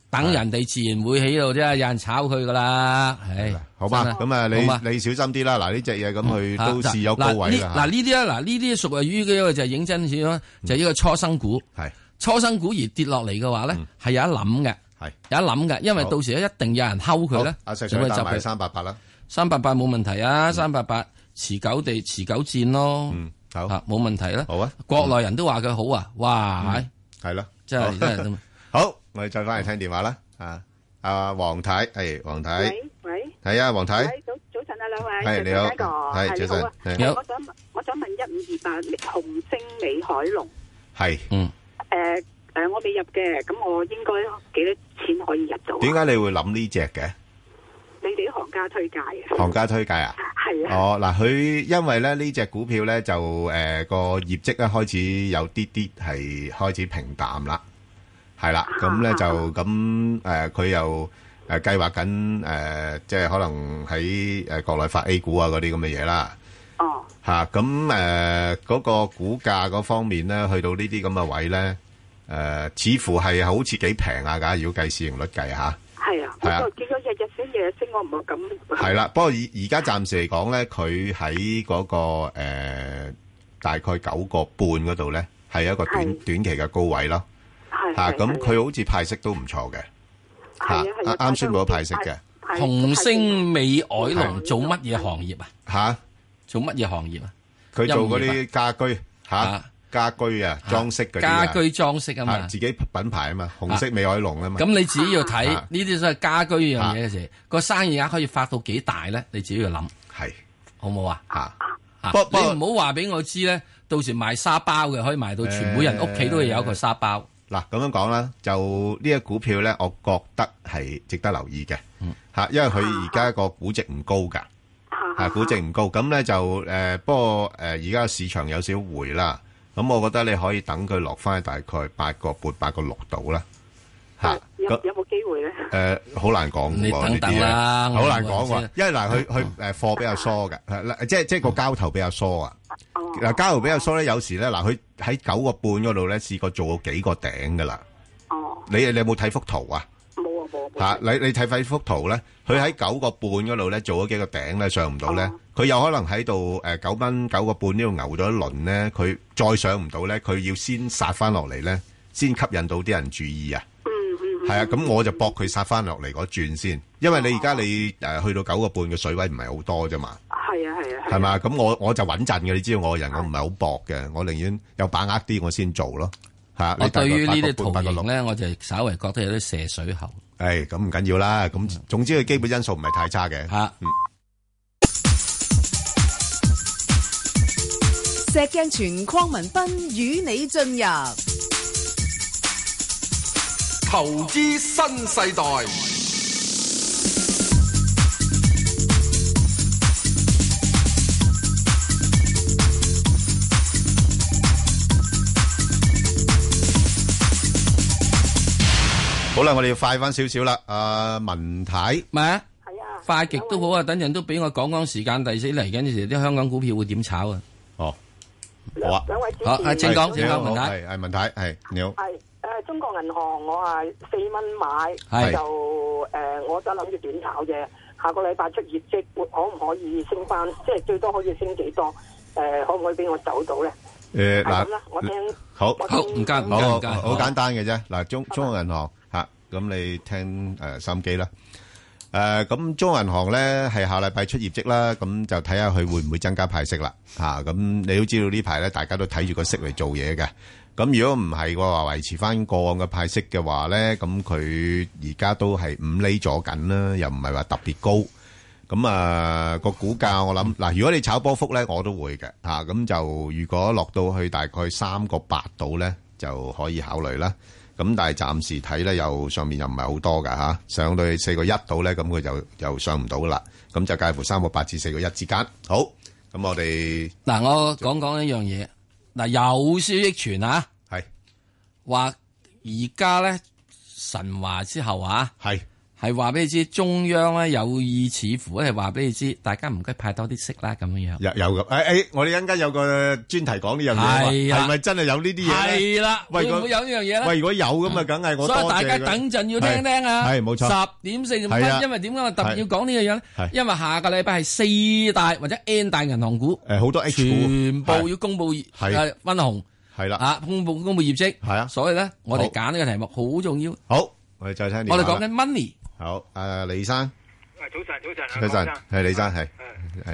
等人哋自然會喺度啫，有人炒佢㗎啦，唉，好嘛，真係咁啊，你好嘛你小心啲啦。嗱，呢只嘢咁佢啊都嗱試有高位嗱呢嗱啦。呢啲啊，嗱呢啲屬於嘅一個就係認真少少啦，嗯就係呢個初生股。係初生股而跌落嚟嘅話咧，係有一諗嘅，係有一諗嘅，因為嗯好到時咧一定有人睺佢好咧，阿石就 Sir 會打埋佢。三八八啦。三八八冇問題啊，三八八持久地持久戰咯，嗯，好啊冇問題啦。好啊，嗯國內人都話佢好啊，哇，係啦，真係真係 咁。À, 好，我哋再返嚟聽電話啦，啊，阿黃太，係，黃太。Dạ. 喂喂，係啊，黃太，喂，早早晨啊，兩位，係，你好，大家好係係，早晨，好啊係。你好我想問我想問一五二八紅星美海龍，嗯，À, 誒誒，我未入嘅，咁我應該幾多錢可以入到啊？係，點解你會諗呢隻嘅？行家推介啊？你哋啲行家推介嘅，à? à. 係啊，哦，嗱，佢因為咧呢只股票咧就誒個、業績咧開始有啲啲係開始平淡啦，係啦，咁咧就咁誒佢又誒計劃緊誒、呃即係可能喺誒國內發 A 股啊嗰啲咁嘅嘢啦。Ờ, 哦，吓咁誒嗰個股價嗰方面咧，去到呢啲咁嘅位咧，誒、似乎係好似幾平下㗎，如果計市盈率計吓。係 à. 啊，係啊我就見到日日升，日日升，我唔係咁係啦，不過而而家暫時嚟講咧，佢喺嗰個誒大概九個半嗰度咧，係一個短係短期嘅高位咯。係嚇，係咁係佢好似派息都唔錯嘅。係嚇 à, 啊係啊，啱宣布咗派息嘅係紅星美凱龍做乜嘢行業啊？嚇，做乜嘢行業啊？佢做嗰音啲家居嚇啊家居啊裝飾嗰啲啊家居裝飾啊嚇嘛。自己品牌啊嘛，紅色美凱龍啊嘛。咁你只要睇啊呢啲都係家居呢樣嘢嘅時，個生意額可以發到幾大咧？你自己要諗，係好唔好啊？嚇，啊不你不唔好話俾我知咧，到時賣沙包嘅可以賣到全每人屋企都會有一個沙包。嗱，咁樣講啦，就呢只股票咧，我覺得係值得留意嘅嗯嚇，因為佢而家個估值唔高㗎。啊，估值唔高，咁咧就誒，不過誒呃而家市場有少少回啦，咁我覺得你可以等佢落翻去大概八個半、八個六度啦，嚇係哦有咁有冇機會咧？誒好難講你嘅喎等呢啲等啦嘢，好難我啊講話喎你，因為嗱佢嗯佢誒貨比較疏嘅，係即係即係個交投比較疏啊，哦，嗱交投比較疏咧，有時咧嗱佢喺九個半嗰度咧試過做過幾個頂噶啦，哦，你你有冇睇幅圖啊？冇啊冇啊冇吓，啊，你你睇翻幅圖咧，佢喺九個半嗰度咧做咗幾個頂咧上唔到咧，佢有可能喺度誒九蚊九個半呢度牛咗一輪咧，佢再上唔到咧，佢要先殺翻落嚟咧，先吸引到啲人注意啊。嗯 Ừ, 嗯嗯係啊，咁我就搏佢殺翻落嚟嗰轉先，因為你而家你誒去到九個半嘅水位唔係好多啫嘛，à, 係啊係啊係嘛？咁我我就穩陣嘅，你知道我個人我唔係好搏嘅，我寧願有把握啲我先做咯。吓，我你大概對於呢啲8.8圖形8.6咧，我就稍為覺得有啲射水喉。诶，咁唔緊要啦。咁總之佢基本因素唔係太差嘅。嚇嗯石鏡泉匡文斌與你進入投資新世代，好啦，我哋要快翻少少啦。阿文太咪啊，係 à. 啊，快極都好啊！等陣都俾我講講時間，第四嚟緊嘅時啲香港股票會點炒啊？哦，好兩啊，兩位主持好啊請講請你好講文太係係文太，係你好，係誒，中國銀行我係四蚊買，係就誒、我就諗住短炒嘅。下個禮拜出業績，會可唔可以升翻？即係最多可以升幾多？誒、可唔可以俾我走到咧？誒係咁啦，我聽嗱，嗯好，好好，唔該唔該好唔該，好簡單嘅啫。嗱，中中國銀行嚇，咁你聽誒心機啦。誒，咁中國銀行咧係下禮拜出業績啦，咁就睇下佢會唔會增加派息啦。嚇，咁你都知道呢排咧，大家都睇住個息嚟做嘢嘅。咁如果唔係嘅話，維持翻過往嘅派息嘅話咧，咁佢而家都係五厘咗緊啦，又唔係話特別高。咁啊個股價我諗嗱，如果你炒波幅咧，我都會嘅嚇。咁、就如果落到去大概三個八度咧，就可以考慮啦。咁但係暫時睇咧，又上面又唔係好多㗎嚇、上到去四個一度咧，咁佢就又上唔到啦。咁就介乎三個八至四個一之間。好，咁我哋嗱，我講講一樣嘢。嗱，有消息傳啊，係話而家咧神話之後啊，係係話俾你知中央咧有意似乎咧係話俾你知，大家唔該派多啲息啦咁樣樣。有有咁誒誒，我哋一陣間有個專題講呢樣嘢啊嘛，係啦係咪真係有呢啲嘢咧？係啦，喂會唔會有呢樣嘢喂，咧？如果有咁啊，梗係我所以多謝大家佢等陣要聽聽啊。係係冇錯十點四十五係啊分，因為點解我特別要講呢樣嘢咧係？因為下個禮拜係四大或者 N 大銀行股誒好多 H 股全部係要公布誒係分紅。係啦。啊，公布公布業績，係啊所以咧，我哋揀呢個題目好重要。好，我哋再聽電話啦。我哋講緊 money，好，啊，李生，喂，早晨，早晨啊，早晨，江生，係，李生，係，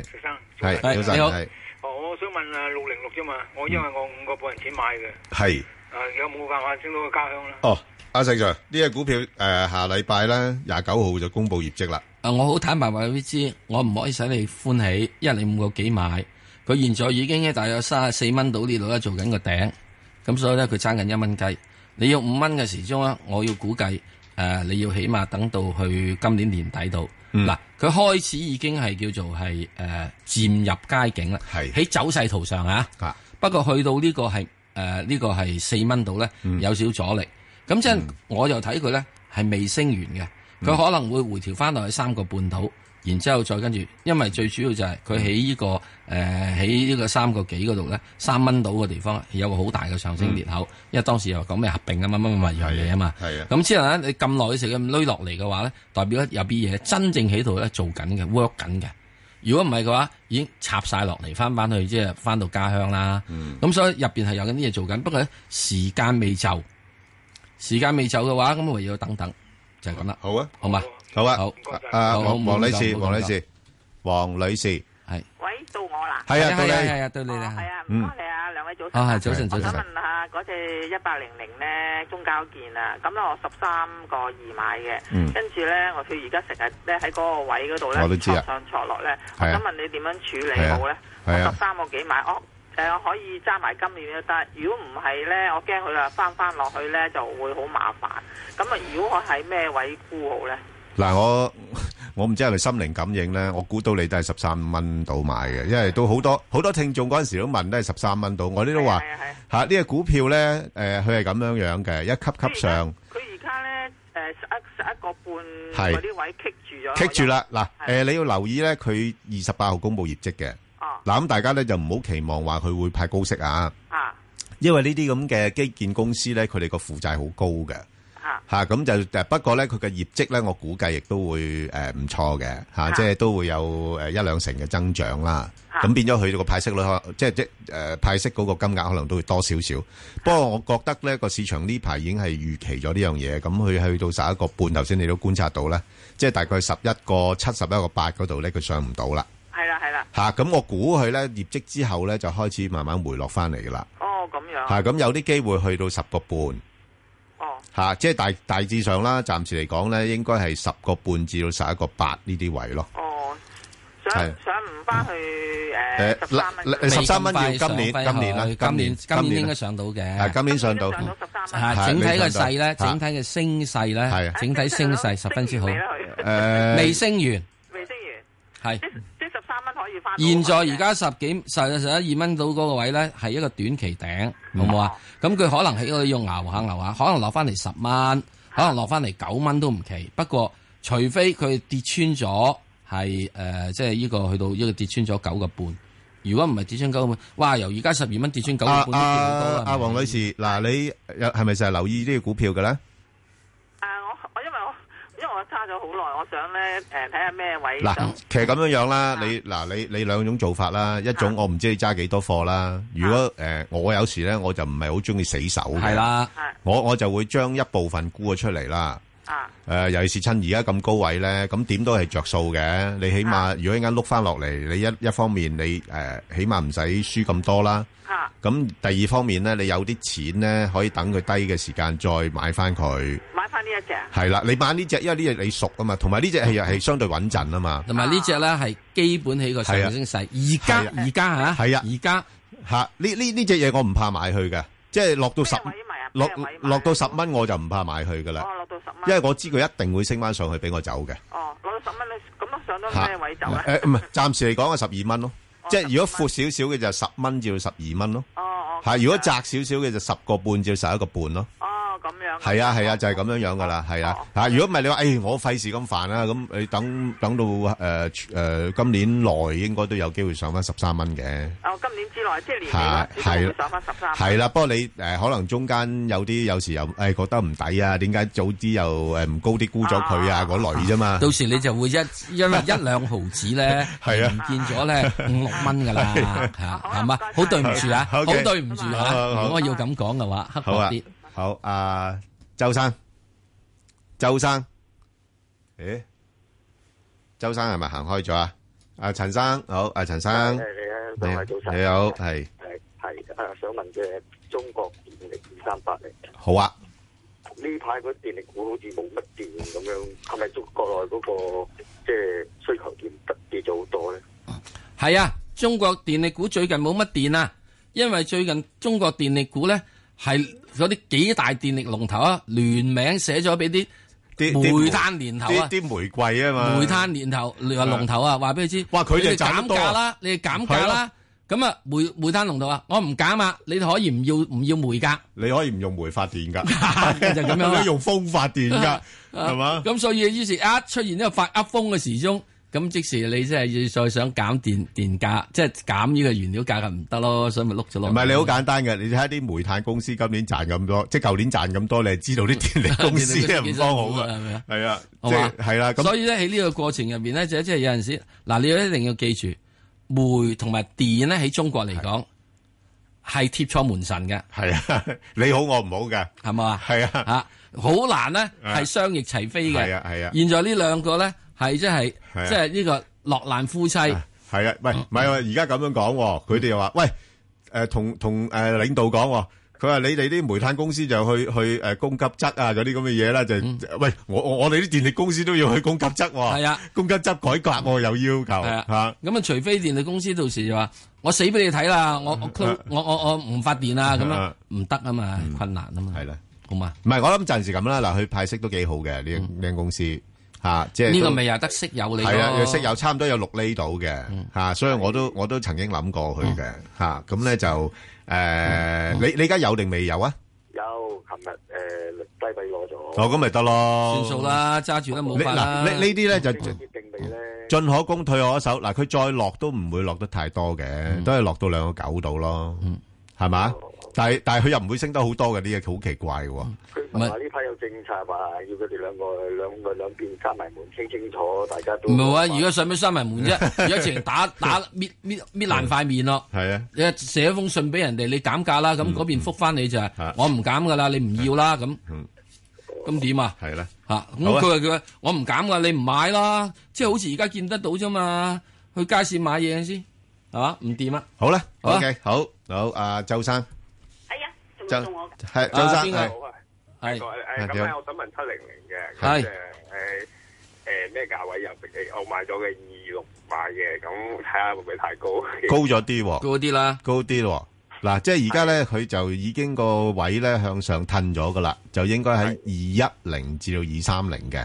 石生，係，早早晨晨，你好。係，哦，我想問啊六零六啫嘛，我因為嗯我五個半人錢買嘅，係。啊有冇辦法升到個家鄉啦？哦，阿石 Sir，呢只股票诶，下禮拜咧廿九號就公布業績啦。啊，我好坦白話俾你知，我唔可以使你歡喜，因為你五個幾買，佢現在已經大約三十四蚊到呢度咧做緊個頂，咁所以咧佢爭緊一蚊雞。你要五蚊嘅時鐘咧，我要估計誒、呃你要起碼等到去今年年底度。嗯嗱、佢開始已經係叫做係誒、呃、漸入佳境啦，係喺走勢圖上啊。啊，不過去到呢個係誒呢個係四蚊度咧，嗯有少阻力。咁即係我又睇佢咧係未升完嘅，嗯佢可能會回調翻落去三個半度，然之後再跟住，因為最主要就係佢嗯喺呢個誒喺呢個三個幾嗰度咧，三蚊度嘅地方有個好大嘅上升裂口，因為當時又講咩合併啊乜乜乜樣嘢啊嘛。嗯係啊，咁之後咧，你咁耐食咁攞落嚟嘅話咧，代表咧有啲嘢真正喺度咧做緊嘅 work 緊嘅。如果唔係嘅話，已經插晒落嚟，翻翻去即係翻到家鄉啦。嗯咁、所以入邊係有緊啲嘢做緊，不過咧時間未就，時間未就嘅話，咁唯有等等，就係咁啦，好啊，好嘛？好啊好，啊啊，好好黃唔好黃女咁士，黃講唔好女咁士，黃女士，係喂，到我啦。係啊，到係你，係啊，對你系啦。啊，唔嗯該你啊，兩位早晨。啊，係早晨我早想晨。問下嗰只一八零零咧，中交建啊，咁咧我十三個二買嗯嘅，跟住咧我佢而家成日咧喺嗰個位嗰度咧，我都知啊挫上挫落咧，我係啊想問你點樣處理係啊好咧？我係啊十三個幾買，我誒我可以揸埋今年都得，如果唔係咧，我驚佢啊翻翻落去咧就會好麻煩。咁啊，如果我喺咩位沽好咧？嗱，我 我唔知係咪心靈感應咧，我估到你都係十三蚊到買嘅，因為都好多好多聽眾嗰陣時都問都係十三蚊到，我呢都話係啊係啊嚇呢只股票咧，誒佢係咁樣樣嘅，一級級上。佢而家咧誒十一十一個半係嗰啲位棘住咗，棘住啦，嗱，誒係你要留意咧，佢二十八號公布業績嘅，我又。哦，嗱咁大家咧就唔好期望話佢會派高息啊，啊因為呢啲咁嘅基建公司咧，佢哋個負債好高嘅，啊嚇咁就誒不過咧佢嘅業績咧，我估計亦都會誒唔錯嘅嚇，即係都會有誒一兩成嘅增長啦，啊咁變咗佢個派息率可即係即誒派息嗰個金額可能都會多少少，啊不過我覺得咧個市場呢排已經係預期咗呢樣嘢，咁佢去到十一個半，頭先你都觀察到啦，即係大概十一個七、十一個八嗰度咧，佢上唔到啦。係啦係啦，吓，咁我估佢咧業績之後咧就開始慢慢回落翻嚟噶啦。哦咁樣，吓，咁有啲機會去到十個半哦吓，即係大大致上啦，暫時嚟講咧應該係十個半至到十一個八呢啲位咯。哦，係想想唔翻去誒誒十三蚊嗰啲，你13蚊未咁要今年今年啦快上去今今年年今年應啦該上到啊，嘅。今年上到上到十三蚊，啊，係整體你上嘅到勢咧，啊整體嘅升勢係啊咧，整體升勢十分之好。未未誒升完，升完，係。嗯即即十三蚊可以翻。現在而家十幾十十一二蚊到嗰個位咧，係一個短期頂，好唔好啊？咁佢可能喺度要熬下熬下，可能落翻嚟十蚊，可能落翻嚟九蚊都唔奇。不過除非佢跌穿咗，係誒、呃即係呢個去到呢個跌穿咗九個半。如果唔係跌穿九個半，哇！由而家十二蚊跌穿九個啊半都啊見好多啦。啊，黃女士，嗱你有係咪成日留意呢啲股票嘅咧？啊我我因為我因為我揸咗好耐，我想咧誒睇下咩位嗱想，其實咁樣樣啦，你嗱你你兩種做法啦，一種我唔知你揸幾多貨啦。如果誒我有時咧，我就唔係好中意死守嘅，係，啦，係我我就會將一部分沽咗出嚟啦。啊誒、呃尤其是趁而家咁高位咧，咁點都係着數嘅。你起啊碼如果一間碌翻落嚟，你一一方面你誒、起碼唔使輸咁多啦。嚇咁第二方面咧，你有啲錢咧，可以等佢低嘅時間再買翻佢。買翻呢一隻，係啦，你買呢只，因為呢只你熟啊嘛，同埋呢只嗯係係相對穩陣啊嘛。同埋呢只咧係基本起個上升勢。而係家啊而家嚇，係啊而家嚇、呢呢呢只嘢我唔怕買去嘅，即係落到十咩位買啊落咩位買啊落到十蚊我就唔怕買去噶啦，哦落到十蚊，因為我知佢一定會升翻上去俾我走嘅。哦落到十蚊咧，咁我上到嚇咩位走咧？誒唔係，暫時嚟講係十二蚊咯。哦即係如11果闊少少嘅就十蚊至到十二蚊咯。哦哦，嚇，如果咁樣窄少少嘅就十個半至到十一個半咯。哦咁樣，係啊係啊，就係咁樣樣噶啦，係啊哦嚇。如果唔係你話，誒我費事咁煩啦，咁你等等到誒誒今年內應該都有機會上翻十三蚊嘅。哦，今年之內即係年尾係啦，至少係會上翻十三。係啦，不過你誒可能中間有啲有時又誒覺得唔抵啊，點解早啲又誒唔高啲沽咗佢啊嗰類啫嘛。到時你就會一因為一兩毫子 咧，係啊唔見咗咧五六蚊噶啦，嚇係嘛？好對唔住啊，好好 OK 對唔住好啊！好好如果要咁講嘅話，刻好薄啊啲。，好啊，周生，周生，诶，周生系咪行开咗啊？阿陈生，好，阿陈生，你啊，誒，你兩位早晨。你好，係誒係誒，想問嘅中國電力二三八零，好啊。呢排嗰電力股好似冇乜電咁樣，係咪中國內嗰個即係需求電得跌咗好多咧？系啊，中國電力股最近冇乜電啊，因為最近中國電力股咧係嗰啲幾大電力龍頭啊，聯名寫咗俾啲啲煤炭年頭啊啲。啲玫瑰啊嘛，煤炭年頭話龍頭啊，話俾佢知。哇佢哋你賺得減多啊價啦，你哋減價啦。咁啊，煤煤炭龍頭啊，我唔減啊，你哋可以唔要唔要煤價。你可以唔用煤發電㗎， 就咁樣啦你用風發電 㗎，係嘛？啊咁所以於是一出現呢個發噏風嘅時鐘，咁即時你即係要再想減電電價，即係減呢個原料價就唔得咯，所以咪碌咗落。唔係你好簡單嘅，你睇下啲煤炭公司今年賺咁多，即係舊年賺咁多，你係知道啲電力公 司電力咧公司唔幾辛幫好苦啊係咪㗎啊，係啊，即好嘛係係啦，咁所以咧喺呢個過程入邊咧，就即係有陣時嗱，你一定要記住，煤同埋電咧喺中國嚟講係貼錯門神嘅，係啊， 你好我唔好㗎，係咪啊？係啊，啊，好難咧啊係雙翼齊飛嘅。係啊係啊現在呢兩個咧係即係係啊即係呢個落難夫妻。係啊，喂，唔係啊，而家咁樣講喎，佢哋又話喂，誒同同誒領導講喎。佢話：你哋啲煤炭公司就去去誒供給側啊嗰啲咁嘅嘢啦，就喂我我我哋啲電力公司都要去供給側喎，係啊，供給側改革喎又要求係啊嚇。咁啊，除非電力公司到時就話我死俾你睇啦，我我 close- 我我我唔發電啊，咁樣啊唔得啊嘛，困難啊嘛，係啦，好嘛？唔係，我諗暫時咁啦。嗱，佢派息都幾好嘅呢間呢間公司嚇，即係呢都個咪又得息有你係啊，咯又息有差唔多有六厘到嘅嚇，所以我都我都曾經諗過佢嘅嚇。咁咧就誒，你你而家有定未有啊？有，琴日誒呃低位攞咗，哦，咁咪得咯，算數。啦，揸住都你冇嗱法啦。呢呢啲咧就跌定未咧？進可攻退可守。嗱，佢再落都唔會落得太多嘅，都係落到兩個九度咯，係嘛？但係但係佢又唔會升得好多嘅，呢嘢好奇怪喎。佢唔係話呢排有政策話要佢哋兩個兩個兩邊閂埋門清清楚，大家都唔係啊！而家上邊閂埋門啫， 而家直情打打搣搣搣爛塊面咯。係嗯啊，你寫封信俾人哋，你減價啦，咁嗰邊覆翻你就係啊我唔減噶啦，你唔要啦咁嗯。咁點啊？係啦。吓咁好啊佢話佢話我唔減噶，你唔買啦，即係好似而家見得到啫嘛。去街市買嘢先係嘛？唔掂啊！好啦好啊，OK，好，好，阿周生，係啊，仲周到我㗎係周生，邊個係啊，誒係咁點咧，啊我想問七零零嘅，係咁誒哎誒誒咩價位入？誒我買咗嘅二六買嘅，咁睇下會唔會太高？高咗啲喎，高啲啦，高啲喎。嗱，即係而家咧，佢就已經個位咧向上褪咗噶啦，就應該喺二一零至到二三零嘅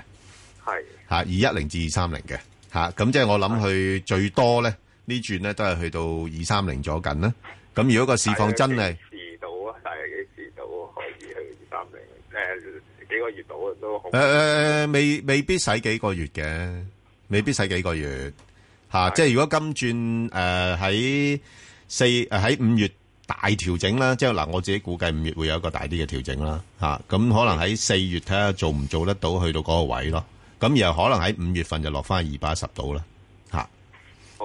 係嚇，二一零至二三零嘅嚇。咁即係我諗佢最多咧呢轉咧都係去到二三零左近啦。咁如果個市況真係大約幾時到啊？大約幾時到啊可以去二三零？誒幾個月到啊都好。誒誒誒，未未必使幾個月嘅，未必使幾個月嚇。即係如果今轉誒喺四誒喺五月大調整啦，即係嗱，我自己估計五月會有一個大啲嘅調整啦嚇。咁、可能喺四月睇下做唔做得到去到嗰個位咯。咁然後可能喺五月份就落翻二百一十度啦嚇。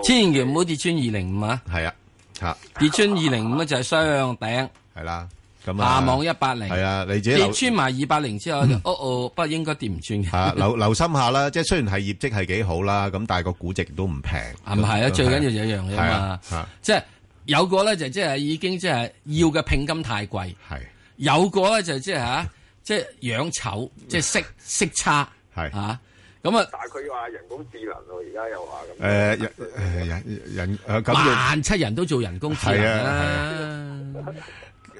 千祈唔好跌穿二零五啊！係啊嚇，跌穿二零五啊咧就係雙頂，係啦。咁下啊，望一八零。係啊，你自己留跌穿埋二百零之 後就，哦哦，不過應該跌唔穿嘅。嚇留 留心下啦。即係雖然係業績係幾好啦，咁但係個估值都唔平。係咪係啊？最緊要就一樣嘢係嘛啊係啊，即係有個咧就即係已經即係要嘅聘金太貴，係。啊有個咧就即係吓，即係養醜，即係色色差係嚇。咁啊，但係佢話人工智能喎，而家又話咁。誒人誒人人誒咁要萬七人都做人工智能啦，係咪啊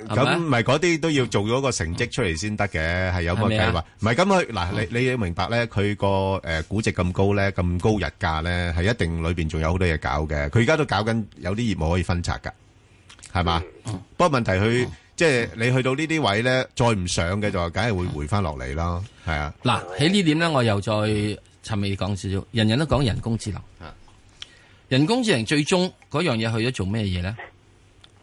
咁唔係嗰啲都要做咗個成績出嚟先得嘅，係有個係咪計啊劃。唔係咁佢嗱，你你要明白咧，佢個誒估值咁高咧，咁高日價咧，係一定裏邊仲有好多嘢搞嘅。佢而家都搞緊有啲業務可以分拆㗎，係嘛？不過問題佢即係你去到呢啲位咧，再唔上嘅就梗係會回翻落嚟咯。係啊，嗱喺呢點咧，我又再尋味講少少，人人都講人工智能啊。人工智能最終嗰樣嘢去咗做咩嘢咧？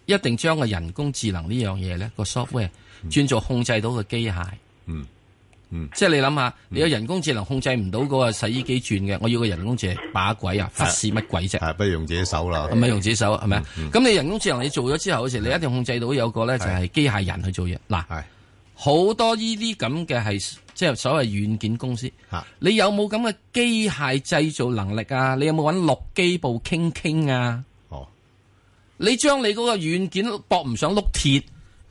一定將個人工智能呢樣嘢咧個 software 轉做控制到個機械。嗯嗯，即係你諗下，你有人工智能控制唔到嗰個洗衣機轉嘅，我要個人工智能把鬼啊，忽視乜鬼啫？係不如用自己手啦係。咪用自己手係咪啊？咁你人工智能你做咗之後嗰時，你一定控制到有個咧就係機械人去做嘢。嗱，係好多呢啲咁嘅係即係所謂軟件公司嚇，你有冇咁嘅機械製造能力啊？你有冇揾陸基部傾傾啊？哦，你將你嗰個軟件駁唔上碌鐵，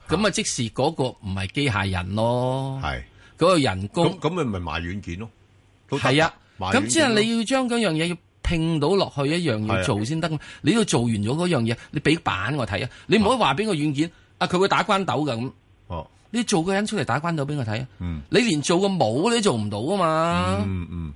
咁啊即時嗰個唔係機械人咯，係嗰個人工。咁咁咪咪賣軟件咯，係啊，賣軟咁即件係咯你要將嗰樣嘢要拼到落去一樣係要啊做先得嘛。你要做完咗嗰樣嘢，你俾版我睇啊，你唔可以話俾個軟件啊佢會打關鬥㗎咁。哦，你做個人出嚟打關鬥俾我睇啊！嗯你連做個模你都做唔到啊嘛。嗯嗯，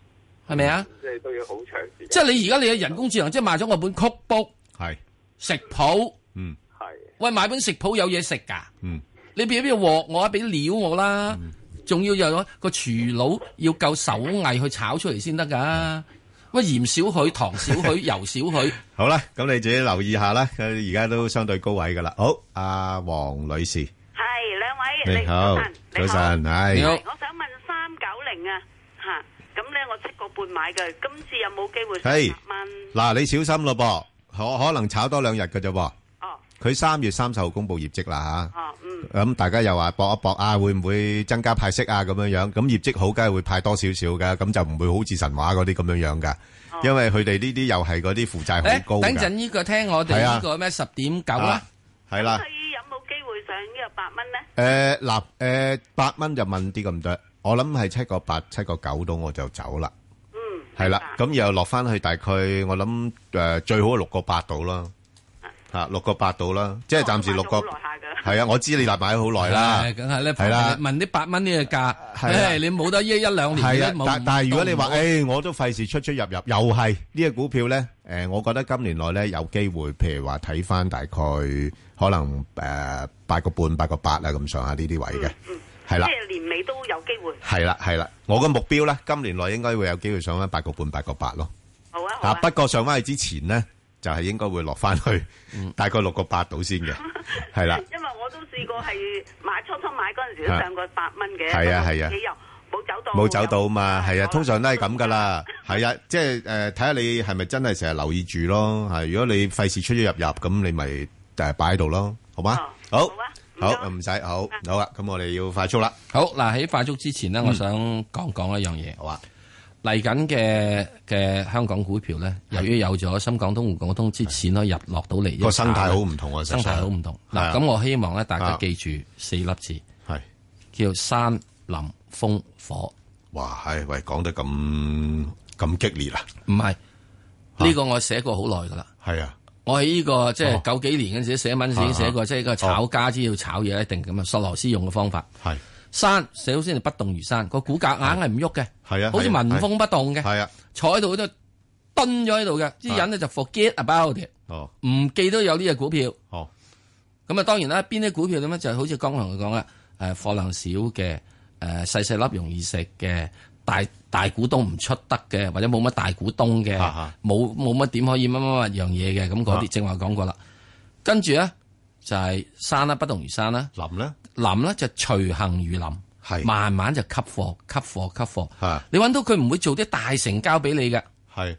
係咪啊？即係都要好長時間。即係你而家你嘅人工智能，即係賣咗我本曲 book 係食譜。嗯係。喂，買本食譜有嘢食㗎。嗯。你俾邊個鑊我啊？俾料我啦。仲要有個廚佬要夠手藝去炒出嚟先得㗎。喂，鹽少許，糖少許，油少許。好啦，咁你自己留意下啦，佢而家都相對高位噶啦。好，阿黃女士，系两位，你好，早晨，係系，我想问三九零啊，吓，咁咧我七个半买嘅，今次有冇机会上係十蚊？嗱，你小心咯噃，可可能炒多兩日嘅啫噃。佢三月三十號公布業績啦吓。哦，嗯，咁大家又話搏一搏啊，會唔會增加派息啊？咁樣樣，咁業績好，梗係會派多少少嘅，咁就唔會好似神話嗰啲咁樣樣噶，因為佢哋呢啲又係嗰啲負債好誒高等陣㗎。呢個聽我係哋啊呢個咩十點九啦啊。係啦所，以有冇机会上呢个八蚊咧？誒呃嗱誒八蚊就問啲咁多，我諗係七個八、七個九到我就走啦。嗯，係啦，咁又落翻去大概我諗誒最好係六個八到啦，嚇六個八到啦，即係暫啊哦時六個。係啊，我知你嗱買咗好耐啦，係梗啊係咧，係啦。問啲八蚊呢個價，係啦誒你冇得一一兩年係啊，你都冇但-但係如果你話，冇呃誒，我都費事出出入入，又係，呢個股票呢，誒，我覺得今年內呢，有機會，譬如話睇返大概可能，誒，八個半、八個八啊，咁上下呢啲位嘅。係啦，即系年尾都有机会。係啦，係啦，我個目標呢，今年內應該會有機會上返8.5 8.8咯。啊啊，不過上返去之前呢，就係應該會落返去， 大概6.8到先嘅。 係啦，因为我都试过系买初初买嗰阵时都啊上过八蚊嘅，係啊咁係啊自己又冇走到，冇走到嘛，係啊，通常都係咁噶啦，係啊，即係诶，誒睇下你係咪真係成日留意住咯，係如果你費事出出入入，咁你咪诶摆喺度咯，好嘛？好，哦好，啊唔使，嗯好，好啦，咁我哋要快速啦，好嗱，喺快速之前呢，嗯我想講講一樣嘢。好啊，嚟緊嘅嘅香港股票咧，由於有咗深港通、滬港通之錢可以入落到嚟，個生態好唔同啊生態好唔同。實嗱，上咁我希望咧，大家啊記住四粒字，係叫山林風火。哇，係喂，講得咁咁激烈啊，唔係呢個我寫過好耐噶啦。係啊，我喺呢個即哦係九幾年嗰陣時寫文時已經寫過，啊即係個炒家之要炒嘢一定咁啊，索羅斯用嘅方法。係山寫好先係不動如山，個股價硬係唔喐嘅，係啊好似係啊民風不動嘅，係啊，坐喺度都蹲咗喺度嘅，啲人咧就 forget about it。哦，唔記得有呢只股票。哦，咁啊，當然啦，邊啲股票咁咧，就好似剛才佢講啦，誒貨量少嘅，誒細細粒容易食嘅，大大股東唔出得嘅，或者冇乜大股東嘅，冇冇乜點可以乜乜乜樣嘢嘅，咁嗰啊啲正話講過啦。跟住咧就係山啊啦，不動如山啦，林咧，林咧就隨行如林，係慢慢就吸貨、吸貨、吸貨。你揾到佢唔會做啲大成交俾你嘅，係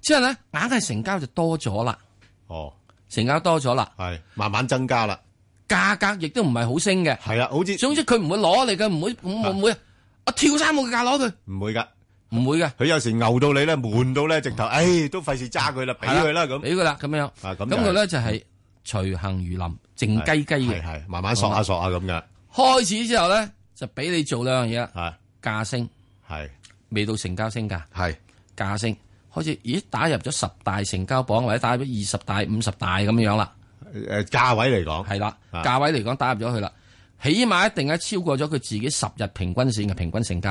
之後咧硬係成交就多咗啦。哦，成交多咗啦，係慢慢增加啦，價格亦都唔係好升嘅，係啦，好似總之佢唔會攞你嘅，唔會唔唔會，我跳三個價攞佢，唔會噶，唔會噶，佢有時牛到你咧，悶到咧，直頭，唉，都費事揸佢啦，俾佢啦咁，俾佢啦咁樣，啊，咁咁就佢係咧就係隨行如林，靜雞雞嘅，係慢慢索下索下咁嘅。開始之後咧就俾你做兩樣嘢啦，價升係未到成交升價，係價升開始，咦打入咗十大成交榜或者打入咗二十大、五十大咁樣啦，誒價位嚟講係啦，啊價位嚟講打入咗去啦，起碼一定係超過咗佢自己十日平均線嘅平均成交。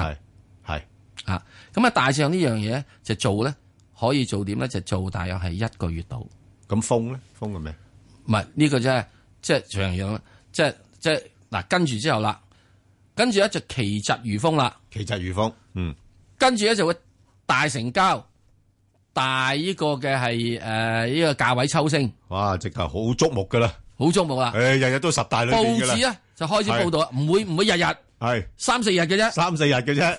係啊，咁啊，大致上呢樣嘢就做咧，可以做點咧？就做大約係一個月度。咁封咧，封嘅咩？唔係呢個真係即係長樣，即係即係嗱，跟住之後啦，跟住咧就奇疾如風啦，奇疾如風，嗯，跟住咧就會大成交，大呢個嘅係誒呢個價位抽升，哇，直頭好矚目噶啦，好矚目啦。誒，日日都十大裏報邊㗎啦。紙啊就開始報道啦，唔會唔會日日係三四日嘅啫，三四日嘅啫。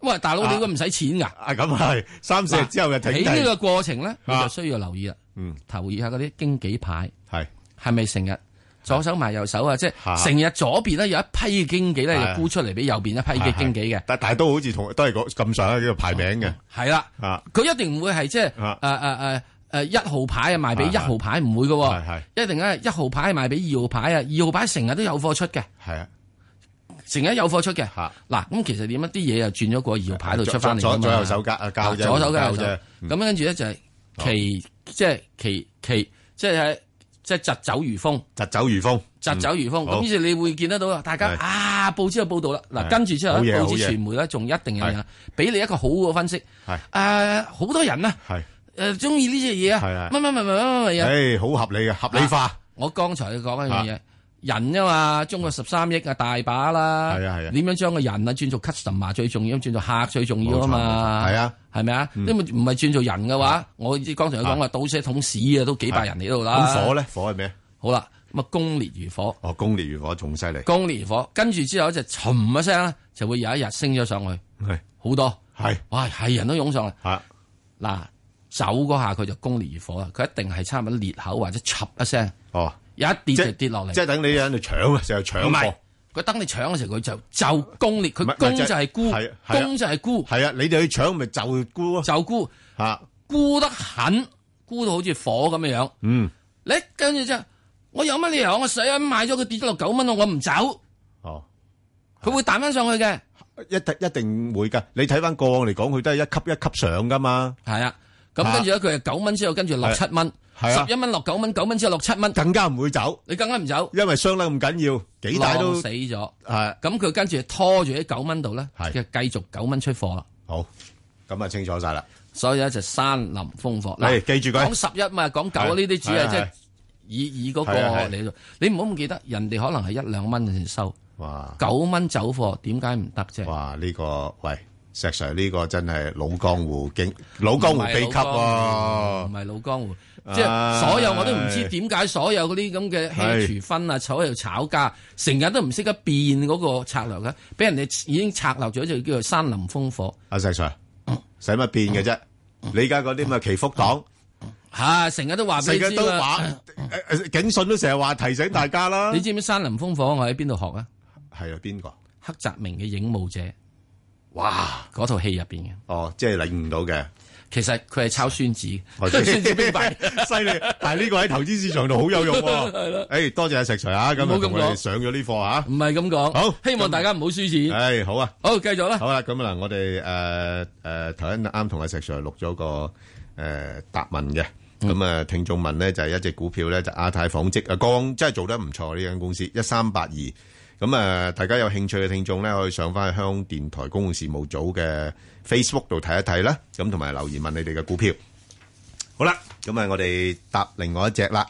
喂，大佬你咁唔使錢㗎？啊，咁係三四日之後就停喺低呢個過程咧，你啊就需要留意啦。嗯，留意下嗰啲經紀牌係係咪成日左手埋右手啊？即啊係成日左邊咧有一批經紀咧係就沽出嚟俾右邊一批嘅經紀嘅。但但係都好似同都係嗰咁上下嘅排名嘅。係啦，啊，佢一定唔會係即係誒啊誒誒诶一號牌啊賣俾係一號牌唔會嘅喎係，一定咧一號牌係賣俾二號牌啊，二號牌成日都有貨出嘅，系啊，成日有貨出嘅。嗱，咁其實點啊？啲嘢又轉咗過二號牌度出翻嚟㗎左嘛左右手交啊交啫左交手交啫啫。嗯咁跟住咧就係其即係其其即係即係疾走如風，疾走如風，疾走如風。嗯好咁於是你會見得到啊，大家係啊報紙有報道啦，係嗱跟住之後好嘢咧，好報紙嘢傳媒咧仲一定有係嘢，俾你一個好嘅分析。係誒，好多人啊。係诶，中意呢只嘢係啊啊，乜乜乜乜乜乜嘢。诶，好合理嘅，合理化。我剛才講一樣嘢，人啫嘛，中國十三億啊，大把啦。係啊係啊點樣將個人啊轉做 customer 最重要，轉做客最重要啊冇嘛。錯冇錯係啊，係咪啊？因為唔係轉做人嘅話，我剛才有講話倒車桶屎啊，都幾百人嚟到啦。咁火咧，火係咩？好啦，咁啊，攻烈如火。哦，攻烈如火仲犀利。攻烈如火，跟住之後就沉一聲咧，就會有一日升咗上去，係好多。係哇，係人都湧上嚟。係嗱，走嗰下佢就攻烈如火啦，佢一定係差唔多裂口或者插一聲。哦，一跌就跌落嚟。即係等你喺度搶啊，成日搶唔貨係。佢等你搶嘅時候，佢就就攻烈，佢唔係攻唔係就即係係沽係啊，係啊攻就係沽，係啊，你哋去搶咪就沽咯，就沽吓，沽得狠，沽到好似火咁樣樣。嗯，你跟住之後，我有乜理由啊？我使啊買咗佢跌咗落九蚊咯，我唔走。哦，佢會彈翻上去嘅。一定一定會㗎。你睇翻過往嚟講，佢都係一級一級上㗎嘛。係啊，咁跟住咧，佢係九蚊之後，跟住落七蚊，係啊十一蚊落九蚊，九蚊之後落七蚊，更加唔會走。你更加唔走，因為傷得咁緊要，幾大都浪死咗。係咁佢跟住拖住喺九蚊度咧，係就繼續九蚊出貨啦。好，咁啊清楚晒啦。所以咧就山林風火。係記住佢講十一嘛，講九啊係呢啲主要係即係係以以嗰個係係嚟做。你唔好唔記得，人哋可能係一兩蚊先收，哇！九蚊走貨點解唔得啫？哇！呢個喂石 Sir 呢個真係老江湖經老江湖秘笈啊唔喎。係老江湖，即係所有我都唔知點解所有嗰啲咁嘅係 h 分啊，坐喺度炒價，成日都唔識得變嗰個策略嘅，俾人哋已經策略咗就叫做山林風火。阿石 Sir 使乜變嘅啫？你而家嗰啲咁嘅祈福黨，嚇，啊成日都話成俾你日知都啦話，誒誒警訊都成日話提醒大家啦。你知唔知山林風火我喺邊度學啊？係啊，邊個？黑澤明嘅影舞者。哇！ 嗰套戲入邊嘅。哦，即係領悟到嘅。其實佢係抄孫子，我知 孫子兵法犀利。但係呢個喺投資市場度好有用喎。 係啦誒，多謝阿石 Sir 啊，今日唔好咁同我哋講上咗呢課嚇。唔係咁講。好，希望大家唔好輸錢。诶，好啊，好，繼續啦。好啦，咁啊嗱，我哋诶诶頭先啱同阿石 Sir 錄咗個诶答問嘅，咁啊聽眾問咧就係一隻股票咧就亞太紡織啊，光真係做得唔錯呢間公司一三八二，咁啊大家有興趣嘅聽眾咧可以上翻去香港電台公共事務組嘅 Facebook 度睇一睇啦，咁同埋留言問你哋嘅股票。好啦，咁啊我哋答另外一隻啦。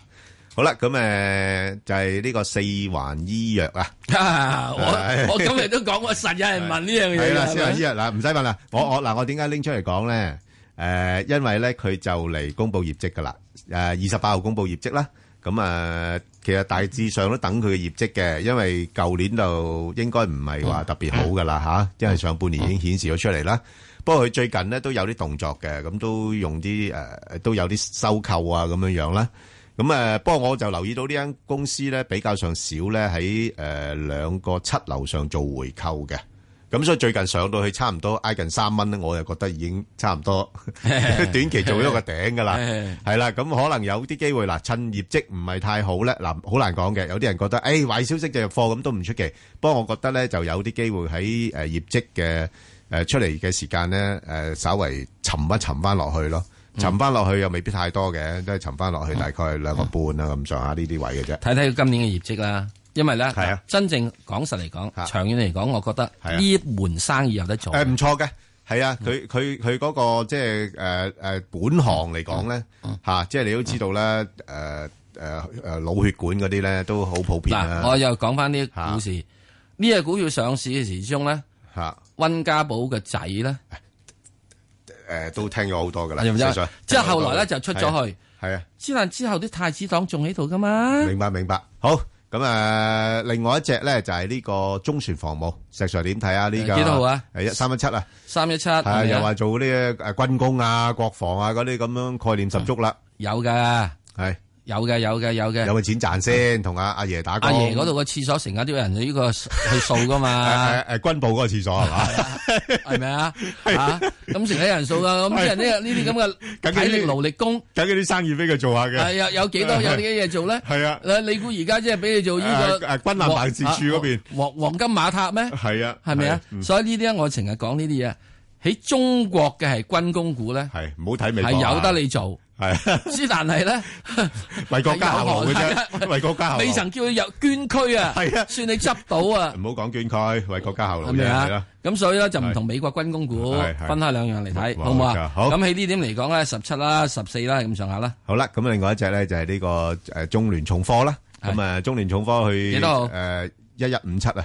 好啦，咁誒就係呢個四環醫藥啊。 我我今日都講，我實有人問呢樣嘢係啦，啊㗎係咪先啊，依日，嗱，唔使問啦。我-我-嗱，我點解拎出嚟講呢？誒，因為呢，佢就嚟公布業績㗎啦。誒，28號公布業績啦。咁，誒，其實大致上都等佢嘅業績嘅，因為舊年就應該唔係話啊特別好㗎啦，吓，因為上半年已經顯示咗出嚟啦。不過佢最近呢，都有啲動作嘅，咁都用啲，誒，都有啲收購啊，咁樣樣啦。咁，誒，不過我就留意到呢間公司呢，比較上少呢，喺，誒，兩個七樓上做回購嘅。咁所以最近上到去差唔多挨近三蚊咧，我就覺得已經差唔多 短期做咗個頂噶啦，係啦。咁可能有啲機會嗱，趁業績唔係太好咧，嗱好難講嘅。有啲人覺得誒壞消息就入貨咁都唔出奇，不過我覺得咧就有啲機會喺誒業績嘅誒出嚟嘅時間咧誒稍為沉一沉翻落去咯。沉翻落去又未必太多嘅，都係沉翻落去大概兩個半啊咁上下呢啲位嘅啫。睇睇佢今年嘅業績啦。因為咧係啊，真正講實嚟講，長遠嚟講，我覺係啊得呢門生意有得做。誒唔錯嘅，係啊，佢佢佢嗰個即係誒誒本行嚟講咧嚇，即係你都知道啦，誒誒誒腦血管嗰啲咧都好普遍啦嗱，我又講翻呢個股市，呢只股票上市嘅時鐘咧，温家寶嘅仔咧，誒都聽咗好多噶啦，係咪先實在即係後來咧就出咗去，係啊。之但之後啲太子黨仲喺度噶嘛。明白明白。好，咁誒，另外一隻咧就係呢個中船防務，石 Sir 點睇啊？呢個誒幾多號啊？誒一三一七啊，三一七係啊又話做呢誒軍工啊、國防啊嗰啲咁樣概念十足啦。有㗎，係有嘅有嘅有嘅，有冇錢賺先？同阿阿爺打工阿爺嗰度個廁所成日都有人呢 個去掃噶嘛。誒誒誒軍部嗰個廁所係 嘛？係咪啊？啊，咁成日有人數噶，咁啲人呢呢啲咁緊嘅要體力勞力工，等佢啲生意俾佢做下嘅。係啊，有幾多 有啲嘢做咧？係啊，你估而家即係俾你做呢個誒誒啊軍艦辦事處嗰邊黃黃金馬塔咩？係啊，係咪啊嗯？所以呢啲咧，我成日講呢啲嘢。喺中國嘅係軍工股咧，係唔好睇美國啊係有得你 做， 係之但係咧，為國家效勞嘅 啫為國家效勞啊未曾叫佢入捐 區啊，係啊，算你執到啊，唔好講捐區，為國家效勞係啫，咪係啦啊？？咁所以咧就唔同美國軍工股係係分開兩樣嚟睇，冇好唔好錯啊？好咁喺呢點嚟講咧，十七啦、十四啦咁上下啦。好啦，咁另外一隻咧就係呢個誒中聯重科啦。咁啊，中聯重科去幾多號誒一一五七啊。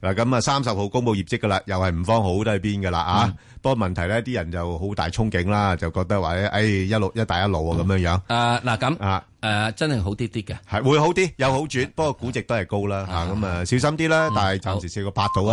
嗱，咁啊三十號公佈業績噶啦，又係唔方好都係邊噶啦啊！不過問題咧，啲人就好大憧憬啦，就覺得話咧，誒一路一帶一路啊咁樣樣。誒嗱咁啊誒，真係好啲啲嘅，嗯係會好啲，有好轉，不過估值都係高啦嚇，咁啊小心啲啦，但係暫時試過八到啊。